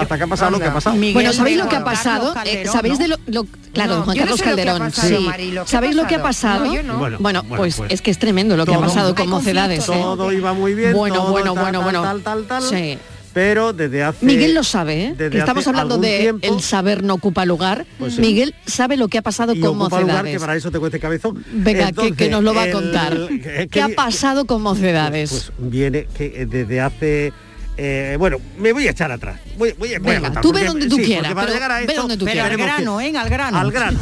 Speaker 5: hasta que ha pasado lo que ha pasado.
Speaker 4: bueno, ¿sabéis lo que ha pasado? Eh, ¿Sabéis de lo, lo- claro,
Speaker 5: No,
Speaker 4: Juan
Speaker 5: yo no
Speaker 4: Carlos
Speaker 5: sé lo que ha
Speaker 4: Calderón?
Speaker 5: pasado,
Speaker 4: sí.
Speaker 5: Marilo, ¿qué ha
Speaker 4: ¿Sabéis lo que ha
Speaker 5: pasado? No,
Speaker 4: pasado?
Speaker 5: yo no. Bueno,
Speaker 4: Bueno,
Speaker 5: bueno,
Speaker 4: pues,
Speaker 5: pues.
Speaker 4: es que es tremendo lo que ha
Speaker 5: Todo.
Speaker 4: pasado con
Speaker 5: Hay conflicto,
Speaker 4: mocedades. ¿eh?
Speaker 5: Todo iba muy bien.
Speaker 4: Bueno,
Speaker 5: todo
Speaker 4: bueno,
Speaker 5: tal,
Speaker 4: bueno,
Speaker 5: tal,
Speaker 4: bueno.
Speaker 5: tal, tal, tal.
Speaker 4: Sí.
Speaker 5: Pero desde hace
Speaker 4: Miguel lo sabe, ¿eh?
Speaker 5: desde
Speaker 4: Que estamos
Speaker 5: hace
Speaker 4: hablando
Speaker 5: algún
Speaker 4: de
Speaker 5: tiempo-
Speaker 4: el saber no ocupa lugar.
Speaker 5: Pues sí.
Speaker 4: Miguel sabe lo que ha pasado
Speaker 5: y
Speaker 4: con
Speaker 5: ocupa lugar que
Speaker 4: mocedades.
Speaker 5: para eso te cueste cabezón.
Speaker 4: Venga, que- que,
Speaker 5: Entonces,
Speaker 4: nos lo va a
Speaker 5: el-
Speaker 4: contar.
Speaker 5: que-
Speaker 4: ¿Qué ha pasado con mocedades?
Speaker 5: Pues viene que eh, desde hace eh, bueno, me voy a echar atrás. Voy, voy, a- voy a
Speaker 4: Venga,
Speaker 5: contar,
Speaker 4: tú ve
Speaker 5: porque-
Speaker 4: donde tú
Speaker 5: sí,
Speaker 4: quieras,
Speaker 5: porque para
Speaker 4: pero
Speaker 5: llegar a
Speaker 4: ve
Speaker 5: esto
Speaker 4: donde tú
Speaker 8: Pero al
Speaker 5: tenemos que-
Speaker 8: grano, ¿eh? Al grano.
Speaker 5: Al grano.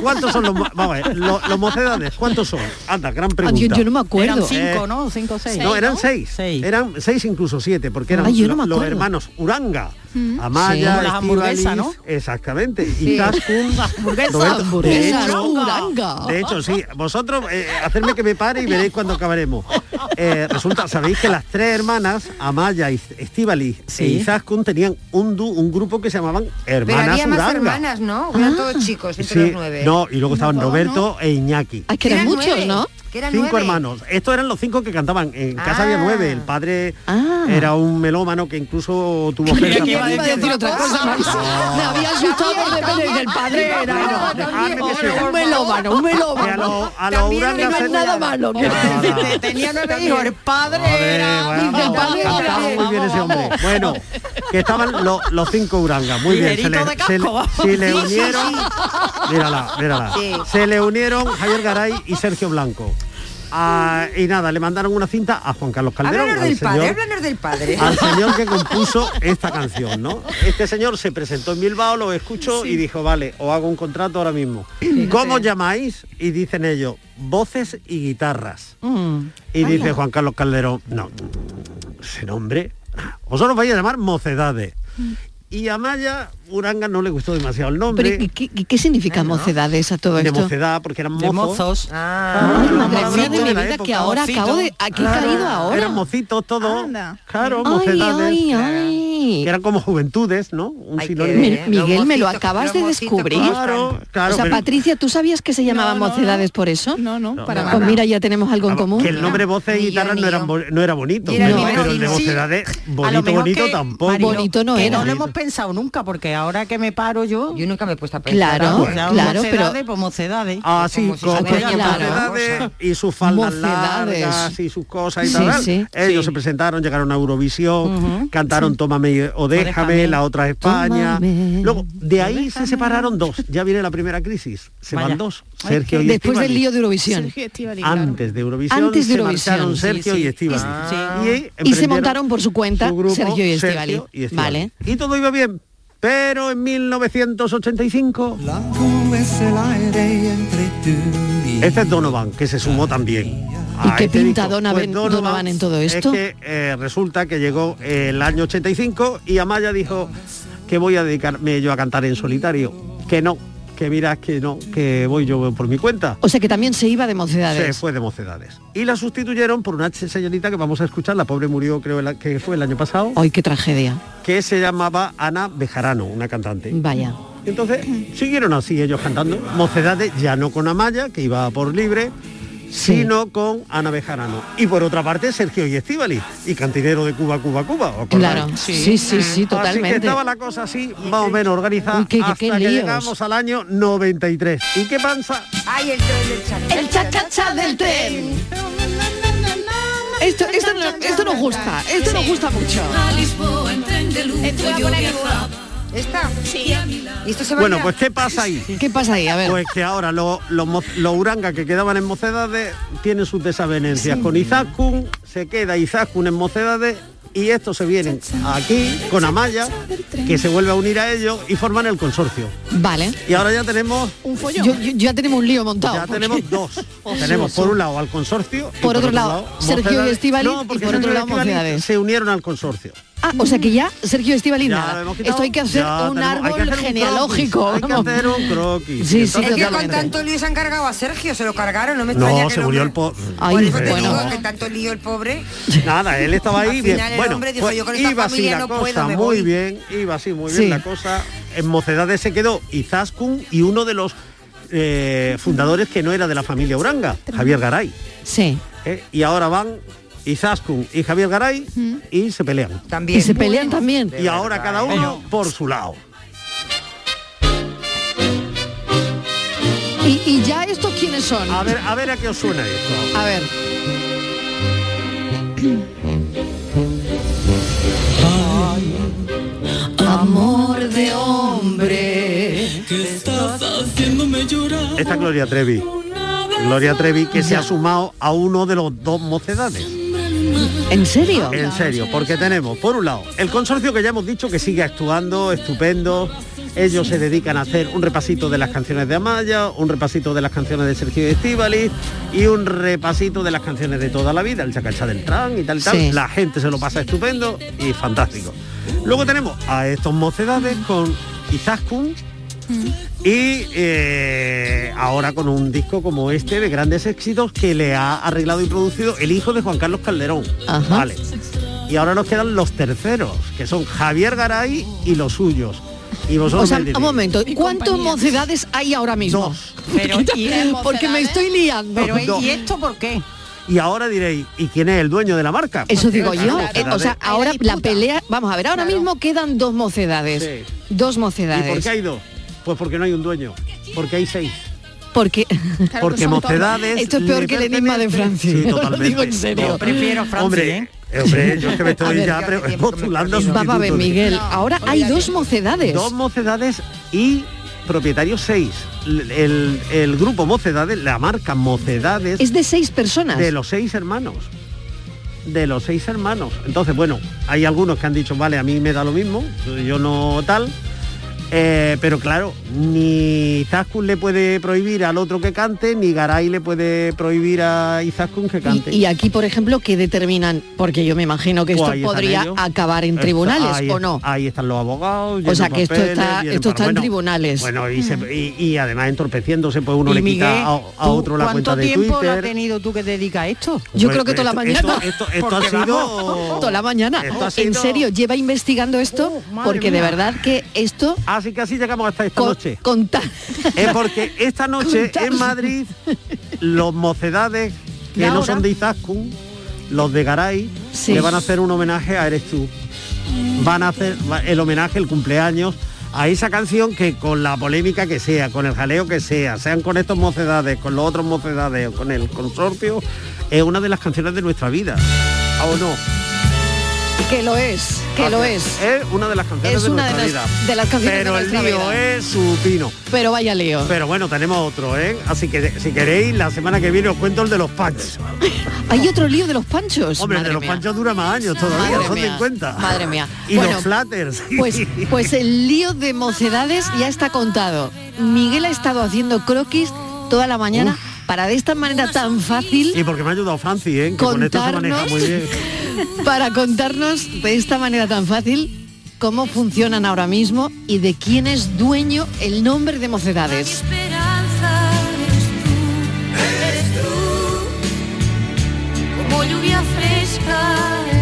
Speaker 5: ¿Cuántos son los, mo- vamos a ver, lo- los, mocedades? ¿Cuántos son? Anda, gran pregunta.
Speaker 8: yo no me acuerdo. Eran
Speaker 5: Eh,
Speaker 8: cinco, ¿no? Cinco o seis.
Speaker 5: No,
Speaker 8: Seis,
Speaker 5: eran
Speaker 8: ¿no?
Speaker 5: seis. Eran seis incluso siete, porque eran
Speaker 8: Ay, yo no
Speaker 5: lo-
Speaker 8: me
Speaker 5: los
Speaker 8: acuerdo.
Speaker 5: hermanos Uranga,
Speaker 8: Mm. Sí.
Speaker 5: Amaya,
Speaker 8: Como las hamburguesas,
Speaker 5: Estíbaliz,
Speaker 8: ¿no?
Speaker 5: Exactamente.
Speaker 8: Sí.
Speaker 5: Y Cascun.
Speaker 8: Hamburguesas,
Speaker 5: Roberto,
Speaker 8: hamburguesas,
Speaker 5: de hecho-
Speaker 8: Uranga.
Speaker 5: De hecho, sí. Vosotros, eh, hacerme que me pare y veréis cuando acabaremos. Eh, resulta, sabéis que las tres hermanas, Amaya, Estivali e
Speaker 6: Sí.
Speaker 5: Izaskun, tenían un, du- un grupo que se llamaban
Speaker 6: Pero
Speaker 5: Hermanas
Speaker 6: había más
Speaker 5: Uranga. Ah.
Speaker 6: hermanas, ¿no? Eran todos chicos, entre los
Speaker 5: Sí,
Speaker 6: nueve.
Speaker 5: no, y luego estaban Roberto e Iñaki.
Speaker 4: Ay, que eran Eran muchos, nueve, ¿no?
Speaker 6: que eran
Speaker 5: cinco
Speaker 6: nueve. Ah.
Speaker 5: hermanos. Estos eran los cinco que cantaban. En casa había nueve. El padre era un melómano que incluso tuvo
Speaker 4: Creía
Speaker 5: ofertas.
Speaker 4: Ah. que iba a decir otra cosa, Marisa. Me había asustado por depender del padre. Era,
Speaker 5: Bueno, dejadme que
Speaker 4: Bueno,
Speaker 5: siga.
Speaker 4: un melómano, un
Speaker 5: Que a
Speaker 4: melómano.
Speaker 5: lo- a lo
Speaker 4: También
Speaker 5: Uranga
Speaker 4: no
Speaker 5: se
Speaker 4: es
Speaker 5: le-
Speaker 4: nada malo. quiero decir.
Speaker 8: Tenía nueve hijos, el padre era...
Speaker 5: Bueno,
Speaker 8: Dice, el padre era-
Speaker 5: cantaba muy bien ese hombre. Bueno, que estaban lo- los cinco Uranga. Muy bien. Se le,
Speaker 8: Dinerito de
Speaker 5: se le-
Speaker 8: casco.
Speaker 5: se le
Speaker 8: Sí, sí,
Speaker 5: unieron. Mírala, mírala.
Speaker 8: Sí.
Speaker 5: Se le unieron Javier Garay y Sergio Blanco. Ah, y nada, le mandaron una cinta a Juan Carlos Calderón.
Speaker 6: Háblanos
Speaker 5: al
Speaker 6: del padre,
Speaker 5: señor-
Speaker 6: háblanos del padre.
Speaker 5: al señor que compuso esta canción, ¿no? Este señor se presentó en Bilbao, lo escuchó y dijo, vale, os hago un contrato ahora mismo. ¿Cómo llamáis? Y dicen ellos, voces y guitarras.
Speaker 4: Mm.
Speaker 5: Y dice Juan Carlos Calderón, no, ese nombre, vosotros vais a llamar mocedades. Y a Maya Uranga no le gustó demasiado el nombre.
Speaker 4: Pero, ¿y qué, qué- qué significa mocedades a todo
Speaker 5: de
Speaker 4: esto?
Speaker 5: mocedad, porque eran
Speaker 4: De
Speaker 5: mozos.
Speaker 4: mozos.
Speaker 5: Ah,
Speaker 4: Ay,
Speaker 5: eran
Speaker 4: madre
Speaker 5: mozos
Speaker 4: mía de mi
Speaker 5: la
Speaker 4: vida,
Speaker 5: época.
Speaker 4: que ahora acabo de- aquí he
Speaker 5: Claro,
Speaker 4: caído ahora.
Speaker 5: Eran mocitos todos. Claro,
Speaker 4: Ay,
Speaker 5: mocedades.
Speaker 4: ay, ay.
Speaker 5: Que eran como juventudes, ¿no? Un sinónimo.
Speaker 4: Mi- Miguel, ¿eh? me lo acabas de descubrir.
Speaker 5: Claro, claro.
Speaker 4: o sea,
Speaker 5: pero-
Speaker 4: Patricia, ¿tú sabías que se llamaban mocedades por eso? No, no,
Speaker 5: para
Speaker 4: Pues
Speaker 5: nada.
Speaker 4: mira, ya tenemos algo en común.
Speaker 5: que el nombre voces y guitarras no, eran bo- no era bonito,
Speaker 8: Ni era
Speaker 5: pero,
Speaker 8: ni
Speaker 5: pero el de
Speaker 8: bonito.
Speaker 5: mocedades,
Speaker 8: A lo
Speaker 5: bonito,
Speaker 8: mejor
Speaker 5: bonito
Speaker 8: que,
Speaker 5: tampoco.
Speaker 8: Marilo, que No lo hemos pensado nunca, porque ahora que me paro yo...
Speaker 6: Yo nunca me he puesto a
Speaker 5: pensar. Claro, claro, pero-
Speaker 8: Mocedades, pues mocedades.
Speaker 5: Así, Ah, con,
Speaker 8: fuera
Speaker 5: con
Speaker 8: llamada.
Speaker 5: mocedades y sus faldas
Speaker 8: Mocedades.
Speaker 5: largas y sus cosas y
Speaker 8: Sí,
Speaker 5: tal.
Speaker 8: sí.
Speaker 5: Ellos se presentaron, llegaron a Eurovisión, cantaron Tómame y hay O déjame, la otra es España. Luego, de ahí se separaron dos. Ya viene la primera crisis. Se
Speaker 4: Vaya.
Speaker 5: van dos,
Speaker 4: Ay,
Speaker 5: Sergio
Speaker 4: qué-
Speaker 5: y
Speaker 4: Después del
Speaker 5: Estíbaliz.
Speaker 4: lío de Eurovisión.
Speaker 5: Antes de Eurovisión
Speaker 4: Antes de
Speaker 5: se
Speaker 4: Eurovisión,
Speaker 5: marcharon
Speaker 4: sí,
Speaker 5: Sergio
Speaker 4: sí.
Speaker 5: y Estíbaliz.
Speaker 4: Ah. Sí.
Speaker 5: Y
Speaker 4: Y se
Speaker 5: emprendieron
Speaker 4: montaron por su cuenta
Speaker 5: E grupo,
Speaker 4: Sergio y
Speaker 5: Sergio
Speaker 4: Estíbaliz.
Speaker 5: y
Speaker 4: Vale.
Speaker 5: Y todo iba bien. Pero en 1985... Este es Donovan, que se sumó también.
Speaker 4: ¿Y
Speaker 5: a
Speaker 4: qué
Speaker 5: este
Speaker 4: pinta
Speaker 5: disco.
Speaker 4: Donovan,
Speaker 5: Pues Donovan
Speaker 4: Donovan en todo esto?
Speaker 5: Es que eh, resulta que llegó el año 85 y Amaya dijo que voy a dedicarme yo a cantar en solitario. Que no, que miras que no, que voy yo por mi cuenta.
Speaker 4: O sea que también se iba de
Speaker 5: Se
Speaker 4: mocedades.
Speaker 5: fue de mocedades. Y la sustituyeron por una señorita que vamos a escuchar, la pobre murió creo el a- que fue el año pasado,
Speaker 4: Ay, qué tragedia.
Speaker 5: que se llamaba Ana Bejarano, una cantante.
Speaker 4: Vaya.
Speaker 5: Entonces siguieron así ellos cantando. Mocedades ya no con Amaya, que iba por libre, sino con Ana Bejarano. Y por otra parte Sergio y Estivali, y cantinero de Cuba, Cuba, Cuba. ¿os acordáis?
Speaker 4: Claro, sí, sí, sí, sí,
Speaker 5: Así que
Speaker 4: totalmente.
Speaker 5: estaba la cosa así, más o menos organizada,
Speaker 4: Uy, qué- qué-
Speaker 5: hasta
Speaker 4: qué
Speaker 5: que
Speaker 4: líos.
Speaker 5: llegamos al año 93. ¿Y qué pasa?
Speaker 6: Ay, el tren del chaca.
Speaker 4: El chacacha del tren. Esto, esto, no, esto nos gusta, esto nos gusta mucho.
Speaker 14: A Lisboa en tren de lujo
Speaker 6: Esto va a
Speaker 14: yo
Speaker 6: poner
Speaker 14: viajaba.
Speaker 6: ¿Esta?
Speaker 14: Sí.
Speaker 6: ¿Y esto se
Speaker 5: Bueno,
Speaker 6: baila?
Speaker 5: pues ¿qué pasa ahí?
Speaker 4: ¿Qué pasa ahí? A ver.
Speaker 5: Pues que ahora lo- los mo- los urangas que quedaban en Mocedades tienen sus desavenencias.
Speaker 4: Sí.
Speaker 5: Con Izaskun se queda Izaskun en Mocedades y estos se vienen aquí con Amaya, que se vuelve a unir a ellos y forman el consorcio.
Speaker 4: Vale.
Speaker 5: Y ahora ya tenemos...
Speaker 4: Un follón. Pues Yo- yo- ya tenemos un lío montado.
Speaker 5: Ya
Speaker 4: porque-
Speaker 5: tenemos dos.
Speaker 4: Ojo,
Speaker 5: tenemos
Speaker 4: ojo.
Speaker 5: por un lado al consorcio. y
Speaker 4: Por otro lado, Sergio y
Speaker 5: Mocedades.
Speaker 4: Estíbaliz,
Speaker 5: No,
Speaker 4: y
Speaker 5: porque
Speaker 4: por otro
Speaker 5: Sergio y
Speaker 4: lado,
Speaker 5: Estíbaliz
Speaker 4: Mocedades.
Speaker 5: Se unieron al consorcio.
Speaker 4: Ah, o sea que ya, Sergio Estivali,
Speaker 5: Ya
Speaker 4: nada.
Speaker 5: lo hemos quitado,
Speaker 4: Esto hay que hacer
Speaker 5: ya
Speaker 4: un
Speaker 5: tenemos- hay que
Speaker 4: árbol
Speaker 5: hacer un
Speaker 4: genealógico.
Speaker 5: croquis, hay que
Speaker 4: vamos.
Speaker 5: hacer un croquis.
Speaker 4: Sí, sí,
Speaker 5: Entonces,
Speaker 6: Es que con
Speaker 4: totalmente.
Speaker 6: tanto lío se han cargado a Sergio, se lo cargaron, no me extraña
Speaker 5: No,
Speaker 6: que
Speaker 5: se
Speaker 6: el
Speaker 5: murió el
Speaker 6: hombre-
Speaker 5: po...
Speaker 6: Por
Speaker 5: Ay,
Speaker 6: eso te
Speaker 5: bueno.
Speaker 6: digo que tanto lío el pobre.
Speaker 5: Nada, él estaba ahí
Speaker 6: Al
Speaker 5: bien.
Speaker 6: final el
Speaker 5: bueno,
Speaker 6: hombre dijo,
Speaker 5: pues
Speaker 6: "Yo con esta
Speaker 5: iba así
Speaker 6: familia
Speaker 5: la
Speaker 6: no
Speaker 5: cosa,
Speaker 6: puedo, me
Speaker 5: muy
Speaker 6: voy".
Speaker 5: bien, iba así muy bien
Speaker 6: Sí.
Speaker 5: la cosa. En Mocedades se quedó Izaskun y uno de los eh, fundadores que no era de la familia Uranga, Javier Garay.
Speaker 4: Sí.
Speaker 5: ¿eh? Y ahora van Izaskun y Javier Garay y se pelean.
Speaker 6: Mm. También.
Speaker 4: Y se pelean también.
Speaker 5: Y ahora cada uno
Speaker 6: ¿eh?
Speaker 5: por su lado.
Speaker 4: ¿Y, y ya estos quiénes son?
Speaker 5: A ver, a ver a qué os suena esto.
Speaker 4: A ver.
Speaker 14: Amor de hombre. Que estás haciéndome llorar.
Speaker 5: Esta es Gloria Trevi. Gloria Trevi que se ha sumado a uno de los dos mocedades.
Speaker 4: ¿En serio?
Speaker 5: En serio, porque tenemos, por un lado, el consorcio que ya hemos dicho que sigue actuando, estupendo. Ellos se dedican a hacer un repasito de las canciones de Amaya, un repasito de las canciones de Sergio Estivali y un repasito de las canciones de toda la vida, el chacachá del tran y tal, tal.
Speaker 4: Sí.
Speaker 5: La gente se lo pasa estupendo y fantástico. Luego tenemos a estos mocedades con Izaskun y eh, ahora con un disco como este de grandes éxitos que le ha arreglado y producido el hijo de Juan Carlos Calderón.
Speaker 4: Ajá.
Speaker 5: Vale. Y ahora nos quedan los terceros, que son Javier Garay y los suyos. Y vosotros
Speaker 4: O sea,
Speaker 5: me diréis,
Speaker 4: un momento, ¿cuántos mocedades hay ahora mismo?
Speaker 5: Pero, ¿y es
Speaker 4: Porque me estoy liando.
Speaker 5: Pero, ¿y Dos.
Speaker 4: esto por qué?
Speaker 5: Y ahora diréis, ¿y quién es el dueño de la marca?
Speaker 4: Eso
Speaker 5: Pues,
Speaker 4: digo
Speaker 5: claro,
Speaker 4: yo.
Speaker 5: mocedades.
Speaker 4: Eh, o sea, ahora la pelea. Vamos a ver, ahora mismo quedan dos mocedades. Dos
Speaker 5: ¿Y
Speaker 4: mocedades.
Speaker 5: por qué hay dos? Pues porque no hay un dueño, porque hay seis.
Speaker 4: Porque,
Speaker 5: Porque son mocedades todos.
Speaker 4: Esto es peor que el enigma de Francia.
Speaker 5: Sí,
Speaker 4: Yo lo
Speaker 5: totalmente.
Speaker 4: digo en serio.
Speaker 5: No, hombre, eh, hombre, yo es que me estoy
Speaker 4: A ver,
Speaker 5: ya pre- postulando.
Speaker 4: Vamos a ver,
Speaker 5: sustitutos.
Speaker 4: Miguel. Ahora hay dos mocedades.
Speaker 5: Dos mocedades y propietarios seis. El, el- el grupo Mocedades, la marca Mocedades,
Speaker 4: Es de seis personas.
Speaker 5: de los seis hermanos. De los seis hermanos. Entonces, bueno, hay algunos que han dicho, vale, a mí me da lo mismo, yo no tal. Eh, pero claro, ni Izaskun le puede prohibir al otro que cante, ni Garay le puede prohibir a Izaskun que cante.
Speaker 4: Y aquí, por ejemplo, que determinan, porque yo me imagino que esto
Speaker 5: Pues ahí están
Speaker 4: podría
Speaker 5: ellos.
Speaker 4: acabar en
Speaker 5: Está-
Speaker 4: tribunales
Speaker 5: ahí
Speaker 4: o
Speaker 5: es-
Speaker 4: no.
Speaker 5: Ahí están los abogados.
Speaker 4: O sea
Speaker 5: llenos
Speaker 4: que esto
Speaker 5: papeles,
Speaker 4: está,
Speaker 5: llenos
Speaker 4: esto
Speaker 5: para-
Speaker 4: está en
Speaker 5: bueno,
Speaker 4: tribunales. Hmm.
Speaker 5: Bueno, y, se- y- y además entorpeciéndose, pues uno
Speaker 15: Y
Speaker 5: le
Speaker 15: Miguel,
Speaker 5: quita a, a
Speaker 15: ¿tú
Speaker 5: otro la cuenta
Speaker 15: ¿Cuánto
Speaker 5: de
Speaker 15: tiempo lo ha
Speaker 5: Twitter.
Speaker 15: tenido tú que te dedicas a esto?
Speaker 4: Yo creo que toda la
Speaker 5: Hombre, esto-
Speaker 4: mañana.
Speaker 5: esto- esto- esto ha
Speaker 4: Porque
Speaker 5: sido-
Speaker 4: vamos, Toda la mañana.
Speaker 5: Esto ha
Speaker 4: En
Speaker 5: sido-
Speaker 4: serio, lleva investigando esto
Speaker 15: Oh,
Speaker 4: porque de
Speaker 5: mía.
Speaker 4: verdad que esto.
Speaker 5: Así que así llegamos hasta esta noche.
Speaker 4: Contar.
Speaker 5: Es porque esta noche en Madrid los mocedades que
Speaker 4: La
Speaker 5: no
Speaker 4: hora.
Speaker 5: son de Izaskun, los de Garay,
Speaker 4: Sí.
Speaker 5: le van a hacer un homenaje a Eres tú. Van a hacer va- el homenaje, el cumpleaños a esa canción que con la polémica que sea, con el jaleo que sea, sean con estos mocedades, con los otros mocedades o con el consorcio, es una de las canciones de nuestra vida. ¿Ah, ¿O no?
Speaker 4: Que lo es, que lo es.
Speaker 5: Ah, Es una de las canciones
Speaker 4: Es
Speaker 5: de
Speaker 4: una de
Speaker 5: nuestra
Speaker 4: las-
Speaker 5: vida.
Speaker 4: de las canciones de
Speaker 5: Pero
Speaker 4: nuestra
Speaker 5: el lío
Speaker 4: vida.
Speaker 5: es su pino.
Speaker 4: Pero vaya lío.
Speaker 5: Pero bueno, tenemos otro, ¿eh? Así que si queréis, la semana que viene os cuento el de los panchos.
Speaker 4: Hay otro lío de los panchos.
Speaker 5: Hombre, el
Speaker 4: Madre
Speaker 5: de los
Speaker 4: mía.
Speaker 5: panchos dura más años todavía,
Speaker 4: Madre
Speaker 5: son
Speaker 4: mía,
Speaker 5: 50.
Speaker 4: Madre mía.
Speaker 5: Y
Speaker 4: Bueno,
Speaker 5: los flatters.
Speaker 4: Pues, pues el lío de mocedades ya está contado. Miguel ha estado haciendo croquis toda la mañana para de esta manera tan fácil
Speaker 5: Y porque me ha ayudado Franci, ¿eh? Que con esto se maneja muy bien.
Speaker 4: para contarnos de esta manera tan fácil cómo funcionan ahora mismo y de quién es dueño el nombre de mocedades.
Speaker 14: esperanza eres tú, eres tú. Como lluvia fresca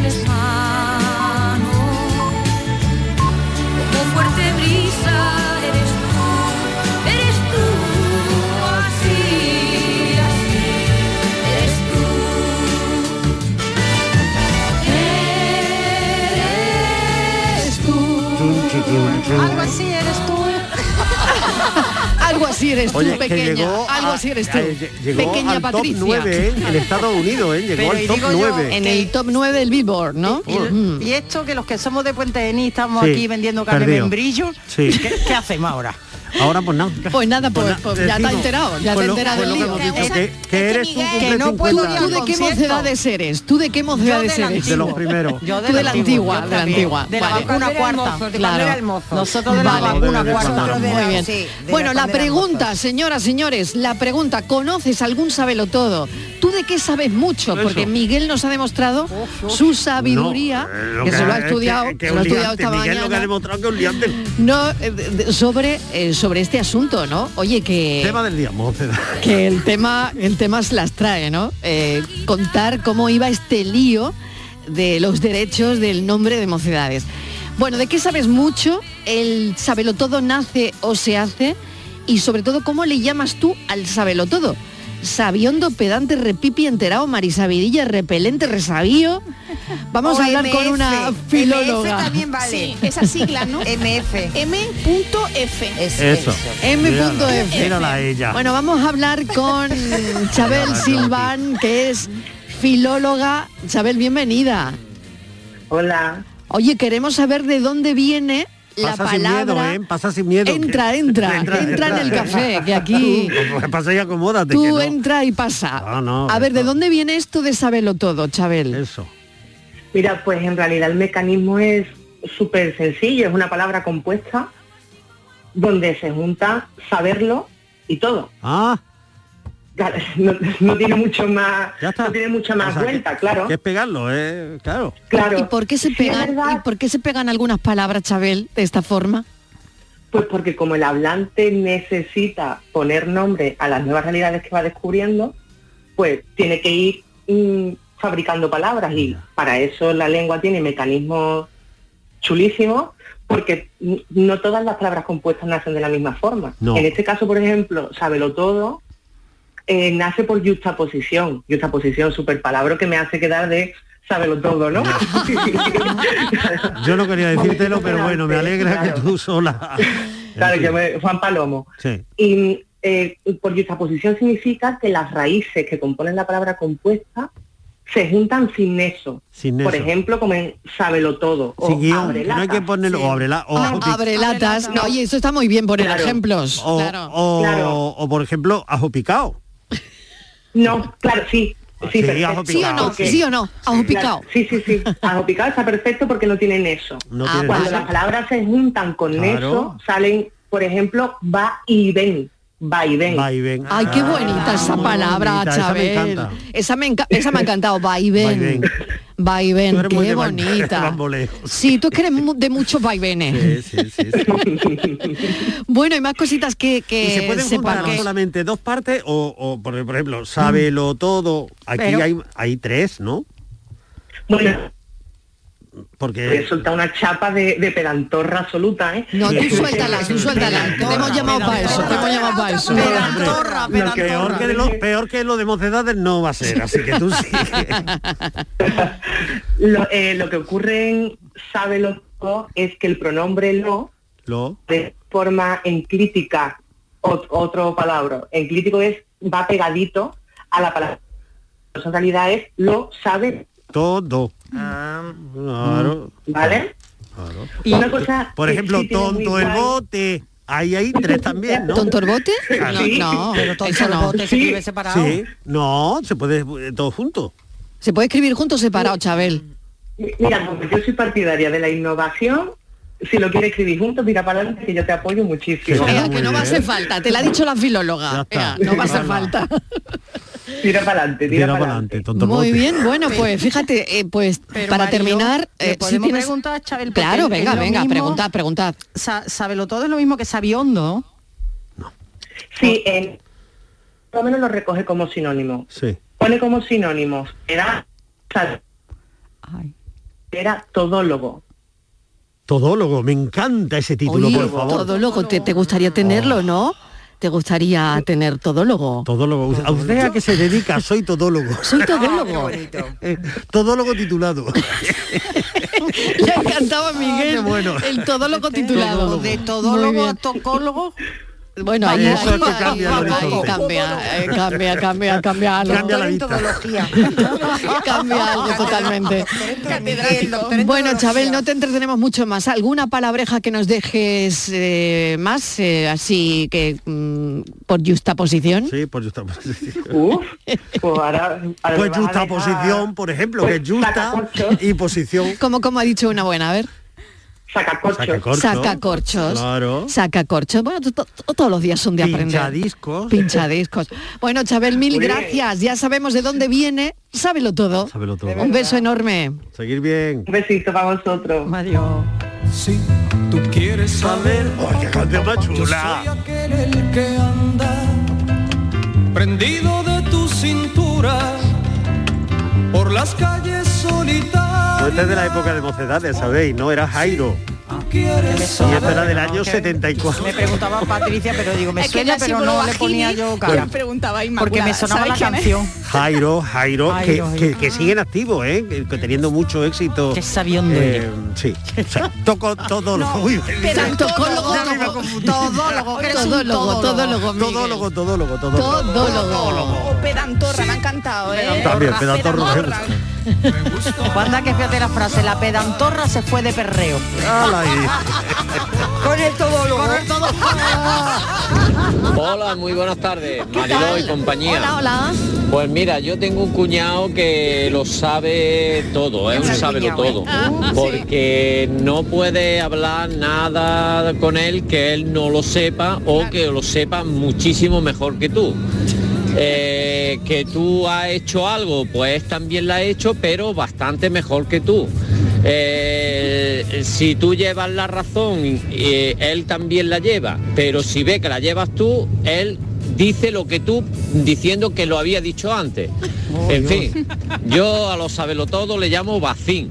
Speaker 14: eres mano. Como fuerte brisa eres tú, eres tú. Así, así, assim, eres tú. Eres tú.
Speaker 4: Algo así eres tú. ¿eh? Algo así eres tú,
Speaker 5: Oye, que
Speaker 4: pequeña.
Speaker 5: llegó
Speaker 4: Algo
Speaker 5: a-
Speaker 4: así eres tú.
Speaker 5: a-
Speaker 14: eh,
Speaker 5: lle- llegó
Speaker 4: pequeña
Speaker 5: al top
Speaker 4: Patricia.
Speaker 5: nueve, ¿eh? En Estados Unidos, ¿eh? Llegó
Speaker 4: Pero,
Speaker 5: al
Speaker 4: y
Speaker 5: top
Speaker 4: digo yo,
Speaker 5: 9.
Speaker 4: en el top 9 del Billboard, ¿no? Mm.
Speaker 8: Y esto que los que somos de Puente Denis estamos
Speaker 5: Sí,
Speaker 8: aquí vendiendo carne
Speaker 5: perdido.
Speaker 8: membrillo,
Speaker 5: Sí.
Speaker 8: ¿qué, qué hacemos ahora?
Speaker 5: Ahora pues nada.
Speaker 4: Pues nada, pues, pues ya te
Speaker 5: decimos,
Speaker 4: has enterado, ya te
Speaker 5: pues
Speaker 4: has
Speaker 5: lo-
Speaker 4: enterado
Speaker 5: pues
Speaker 4: del
Speaker 5: lo que
Speaker 4: lío.
Speaker 5: hemos dicho, que- que eres tú cumple
Speaker 4: no puedo
Speaker 5: 50.
Speaker 4: ¿Tú de qué mocedades eres? ¿Tú de qué mocedades
Speaker 8: del
Speaker 4: eres?
Speaker 5: De los primeros.
Speaker 8: Yo
Speaker 4: Tú de la antigua,
Speaker 8: yo
Speaker 4: de la
Speaker 8: también.
Speaker 4: antigua.
Speaker 8: De la
Speaker 4: Vale.
Speaker 8: vacuna cuarta.
Speaker 4: Claro.
Speaker 8: Nosotros de la
Speaker 4: Vale.
Speaker 8: vacuna
Speaker 5: de
Speaker 8: cuarta.
Speaker 5: cuando éramos
Speaker 4: Muy bien. bueno, la pregunta, señoras, señores, la pregunta, ¿conoces algún sabelo todo? ¿Tú de qué sabes mucho? Porque Miguel nos ha demostrado su sabiduría,
Speaker 5: No, eh, lo
Speaker 4: que, se lo ha
Speaker 5: es que-
Speaker 4: estudiado,
Speaker 5: que
Speaker 4: se lo ha
Speaker 5: un
Speaker 4: estudiado
Speaker 5: liante,
Speaker 4: esta
Speaker 5: Miguel lo que ha
Speaker 4: mañana.
Speaker 5: demostrado que es un liante.
Speaker 4: No, eh, de- de- sobre, eh, sobre este asunto, ¿no? Oye, que...
Speaker 5: Tema del día, mocedades.
Speaker 4: que el tema el tema se las trae no Eh, contar cómo iba este lío de los derechos del nombre de mocedades bueno de qué sabes mucho el sabelo todo nace o se hace y sobre todo cómo le llamas tú al sabelo todo sabiondo pedante repipi enterado marisabidilla repelente resabío vamos a hablar con una filóloga
Speaker 6: también vale.
Speaker 7: Sí, esas siglas, ¿no?
Speaker 6: MF.
Speaker 7: M.F.
Speaker 5: Eso.
Speaker 4: M.F.
Speaker 5: Mírala a ella.
Speaker 4: Bueno, vamos a hablar con Chabel Silván, que es filóloga. Chabel, bienvenida.
Speaker 15: Hola.
Speaker 4: Oye, queremos saber de dónde viene la
Speaker 5: Pasa
Speaker 4: palabra.
Speaker 5: sin miedo, ¿eh? Pasa sin miedo.
Speaker 4: Entra,
Speaker 5: que-
Speaker 4: entra, entra en el café, que aquí-
Speaker 5: Tú, pues, pasa y acomódate. que
Speaker 4: Tú
Speaker 5: no.
Speaker 4: entra y pasa.
Speaker 5: No, no,
Speaker 4: a ver, ¿de dónde viene esto de saberlo todo, Chabel?
Speaker 5: Eso.
Speaker 15: Mira, pues en realidad el mecanismo es súper sencillo, es una palabra compuesta donde se junta saberlo y todo.
Speaker 5: Ah.
Speaker 15: Claro, No, no tiene mucho más, no tiene mucha más
Speaker 5: O sea, que-
Speaker 15: vuelta, claro.
Speaker 5: Que es pegarlo, ¿eh? Claro.
Speaker 15: Claro.
Speaker 4: ¿Y por qué se
Speaker 15: Sí, es
Speaker 4: pegan, y por qué se pegan algunas palabras, Chabel, de esta forma?
Speaker 15: Pues porque como el hablante necesita poner nombre a las nuevas realidades que va descubriendo, pues tiene que ir mm, fabricando palabras y para eso la lengua tiene mecanismos chulísimos porque mm, no todas las palabras compuestas nacen de la misma forma.
Speaker 16: No.
Speaker 15: En este caso, por ejemplo, sábelo todo eh, nace por juxtaposición, juxtaposición, super palabra que me hace quedar de sábelo todo, ¿no?
Speaker 5: Yo no quería decírtelo, pero bueno, me alegra que tú sola. Este,
Speaker 15: Claro, yo me- Juan Palomo.
Speaker 5: Sí.
Speaker 15: Y eh, por yuxtaposición significa que las raíces que componen la palabra compuesta se juntan sin eso.
Speaker 5: Sin
Speaker 15: Por
Speaker 5: eso.
Speaker 15: ejemplo, como en sábelo todo. O
Speaker 5: Sin guión, no hay
Speaker 15: abrelata.
Speaker 5: que ponerlo. O abrela, o,
Speaker 4: Ah, abrelatas. No, oye, eso está muy bien poner
Speaker 15: Claro.
Speaker 4: ejemplos.
Speaker 5: o,
Speaker 4: claro.
Speaker 5: o- o, por ejemplo, ajo picado.
Speaker 15: No, claro, sí.
Speaker 5: Sí,
Speaker 15: Sí, perfecto.
Speaker 5: ajo ¿Sí o no?
Speaker 15: Porque-
Speaker 5: ¿Sí
Speaker 4: o no? Ajo
Speaker 15: Sí,
Speaker 4: picado.
Speaker 15: claro. Sí, sí, sí. Ajo picado está perfecto porque no tienen eso.
Speaker 5: No Ah, tienen
Speaker 15: Cuando
Speaker 5: eso.
Speaker 15: las palabras se juntan con
Speaker 5: Claro.
Speaker 15: eso, salen, por ejemplo, va y ven. Va y ven.
Speaker 5: Va y ven. Ah,
Speaker 4: Ay, qué Ah, bonita esa palabra,
Speaker 5: bonita, esa me
Speaker 4: Chabel.
Speaker 5: encanta.
Speaker 4: Esa me, enca- esa me ha encantado,
Speaker 5: Vaivén.
Speaker 4: vaivén.
Speaker 5: Tú
Speaker 4: Vaivén,
Speaker 5: eres muy
Speaker 4: qué
Speaker 5: de van- de
Speaker 4: bonita.
Speaker 5: bamboleo.
Speaker 4: Sí, tú es que eres mu- de muchos vaivenes. Bueno, y más cositas que, que
Speaker 5: ¿Y se pueden juntar
Speaker 4: sepamos.
Speaker 5: solamente dos partes o, o, por, por ejemplo, sábelo todo? Aquí
Speaker 4: Pero-
Speaker 5: hay, hay tres, ¿no?
Speaker 15: Bueno.
Speaker 5: Porque...
Speaker 15: Resulta una chapa de, de pedantorra absoluta, ¿eh?
Speaker 4: No, tú suéltala, tú suéltala. Te hemos llamado para eso, te hemos llamado para eso.
Speaker 5: Lo peor, que lo, peor que lo de mocedades no va a ser, así que tú sí.
Speaker 15: Lo, eh, lo que ocurre en sábelo todo es que el pronombre lo
Speaker 5: Lo,
Speaker 15: de forma enclítica, ot- otro palabra, enclítico es va pegadito a la palabra. Entonces, en realidad es lo sabe
Speaker 5: Todo. Claro.
Speaker 15: Ah, ¿Vale?
Speaker 5: Claro.
Speaker 15: Y una cosa
Speaker 5: Por
Speaker 15: que
Speaker 5: ejemplo,
Speaker 15: sí tiene muy
Speaker 5: tonto el
Speaker 15: guay.
Speaker 5: bote. Ahí hay tres también, ¿no?
Speaker 4: ¿Tonto el bote?
Speaker 5: Claro.
Speaker 4: No, no, Pero tonto eso el no. bote se escribe separado.
Speaker 5: Sí. No, se puede eh, todo junto.
Speaker 4: Se puede escribir juntos separado, Chabel.
Speaker 15: Mira, como yo soy partidaria de la innovación. Si lo quieres escribir juntos, mira para adelante que yo te apoyo muchísimo.
Speaker 4: Venga, que no va a hacer falta, te la ha dicho la filóloga. Venga, no va a hacer falta.
Speaker 15: Tira para adelante,
Speaker 5: tira para adelante. tonto el
Speaker 4: Muy
Speaker 5: bote.
Speaker 4: bien, bueno, pues fíjate, eh, pues para
Speaker 8: Mariló,
Speaker 4: terminar,
Speaker 8: ¿le
Speaker 4: eh, si
Speaker 8: podemos
Speaker 4: tienes-
Speaker 8: preguntar, Chabel? Porque
Speaker 4: Claro,
Speaker 8: es
Speaker 4: venga,
Speaker 8: lo
Speaker 4: venga,
Speaker 8: mismo-
Speaker 4: preguntad, preguntad.
Speaker 8: Sa- Sábelo todo es lo mismo que Sabiondo.
Speaker 15: Sí, en- por lo menos lo recoge como sinónimo.
Speaker 5: Sí.
Speaker 15: Pone como sinónimos. Era, sal- era todólogo.
Speaker 5: Todólogo, me encanta ese título,
Speaker 4: Oye,
Speaker 5: por favor.
Speaker 4: todólogo, te, te gustaría tenerlo, ¿no? ¿Te gustaría tener todólogo?
Speaker 5: Todólogo. ¿A usted a qué se dedica? Soy todólogo.
Speaker 4: Soy todólogo.
Speaker 5: Eh, todólogo titulado.
Speaker 4: Le ha encantado a Miguel
Speaker 5: qué bueno.
Speaker 4: el todólogo titulado.
Speaker 5: Todólogo.
Speaker 4: De
Speaker 8: todólogo
Speaker 4: a tocólogo. Bueno, ahí,
Speaker 8: Vamos, eso es que
Speaker 4: ahí-
Speaker 8: cambia el
Speaker 4: ahí
Speaker 8: horizonte.
Speaker 4: cambia, eh, cambia, cambia, cambia algo.
Speaker 8: Cambia la vista.
Speaker 4: cambia algo totalmente. Bueno, Chabel, no te entretenemos mucho más. ¿Alguna palabreja que nos dejes eh, más, eh, así que mm, por justa posición?
Speaker 5: Sí, por justa posición.
Speaker 15: Uf, pues ahora... ahora
Speaker 5: Pues
Speaker 15: me vas a
Speaker 5: justa
Speaker 15: dejar- Pues
Speaker 5: posición, por ejemplo, que es justa
Speaker 15: sacacorchos.
Speaker 5: y posición.
Speaker 4: Como, como ha dicho una buena, a ver.
Speaker 5: Sacacorchos.
Speaker 4: Sacacorchos.
Speaker 5: Claro.
Speaker 4: Sacacorchos. Bueno, to- to- todos los días son de aprender.
Speaker 5: Pinchadiscos.
Speaker 4: Pinchadiscos. Bueno, Chabel, mil
Speaker 5: Muy bien.
Speaker 4: gracias. Ya sabemos de dónde viene. Sábelo todo.
Speaker 5: Sábelo todo.
Speaker 4: Un beso enorme.
Speaker 5: Seguir bien.
Speaker 15: Un besito para vosotros.
Speaker 4: Adiós.
Speaker 14: Si tú quieres saber,
Speaker 5: qué canción más
Speaker 14: yo
Speaker 5: chula.
Speaker 14: soy aquel el que anda prendido de tu cintura por las calles solitarias.
Speaker 5: Pues este es de la época de mocedades, ¿sabéis? No era Jairo.
Speaker 14: Quieres
Speaker 5: Y esta era del año 74.
Speaker 8: Me preguntaba Patricia, pero digo, me
Speaker 7: Es que
Speaker 8: suena,
Speaker 7: la
Speaker 8: pero no le
Speaker 7: simbolo
Speaker 8: ponía
Speaker 7: bajini,
Speaker 8: yo
Speaker 7: yo
Speaker 8: cara.
Speaker 7: preguntaba Inmaculada,
Speaker 8: Porque me sonaba
Speaker 7: ¿sabes
Speaker 8: la
Speaker 7: quién es?
Speaker 8: canción.
Speaker 5: Jairo, Jairo, que,
Speaker 8: Jairo,
Speaker 5: que- que siguen activos, ¿eh? Que- que teniendo mucho éxito. eh,
Speaker 8: Qué sabiendo eres.
Speaker 5: Sí. O sea, toco todo lo Uy,
Speaker 4: Pero todólogo,
Speaker 5: ya me iba a
Speaker 4: todo-
Speaker 5: confundir.
Speaker 4: todólogo, que eres un Todólogo, todólogo, Miguel.
Speaker 5: todólogo, todólogo, todólogo.
Speaker 7: Todólogo. O pedantorra, me ha encantado, ¿eh?
Speaker 5: También, pedantorra.
Speaker 9: ¿eh?
Speaker 8: Cuando que fíjate la frase, la pedantorra se fue de perreo.
Speaker 5: Hala ahí.
Speaker 8: Con el todólogo.
Speaker 16: Hola, muy buenas tardes, Mariló
Speaker 4: tal?
Speaker 16: y compañía.
Speaker 4: Hola, hola.
Speaker 16: Pues mira, yo tengo un cuñado que lo sabe todo, es un
Speaker 4: Gran
Speaker 16: sábelo
Speaker 4: cuñao, ¿eh?
Speaker 16: todo.
Speaker 4: Ah, sí.
Speaker 16: Porque no puede hablar nada con él que él no lo sepa o que lo sepa muchísimo mejor que tú. Eh, que tú has hecho algo, pues también la ha hecho, pero bastante mejor que tú. Eh, si tú llevas la razón, eh, él también la lleva, pero si ve que la llevas tú, él dice lo que tú diciendo que lo había dicho antes. en fin, yo a los sabelo todo le llamo vacín,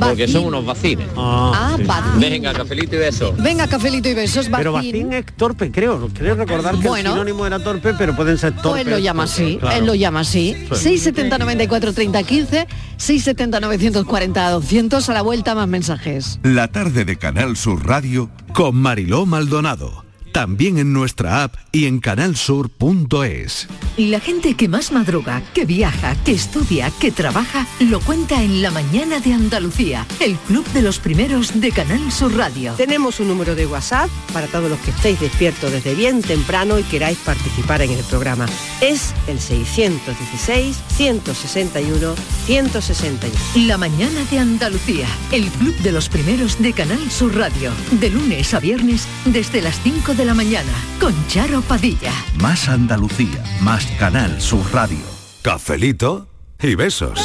Speaker 16: porque son unos vacines.
Speaker 4: Ah, sí. vacín.
Speaker 16: Venga, cafelito y beso.
Speaker 4: Venga, cafelito y besos.
Speaker 5: Pero
Speaker 4: Bacín.
Speaker 5: Bacín es torpe, creo. Creo recordar que
Speaker 4: Bueno.
Speaker 5: el sinónimo era torpe, pero pueden ser
Speaker 4: O
Speaker 5: torpes.
Speaker 4: él lo llama así,
Speaker 5: Claro.
Speaker 4: él lo llama así.
Speaker 5: Sí.
Speaker 4: 670 94 30 15, 670 940 200, a la vuelta más mensajes.
Speaker 13: La tarde de Canal Sur Radio
Speaker 2: Con Mariló Maldonado. También en nuestra app y en canalsur.es.
Speaker 10: La gente que más madruga, que viaja, que estudia, que trabaja, lo cuenta en La Mañana de Andalucía, el club de los primeros de Canal Sur Radio.
Speaker 17: Tenemos un número de WhatsApp para todos los que estéis despiertos desde bien temprano y queráis participar en el programa. Es el 616-161-161.
Speaker 10: La Mañana de Andalucía, el club de los primeros de Canal Sur Radio, de lunes a viernes desde las 5 de la mañana, con Charo Padilla.
Speaker 2: Más Andalucía, más Canal Sur Radio.
Speaker 12: Cafelito y besos.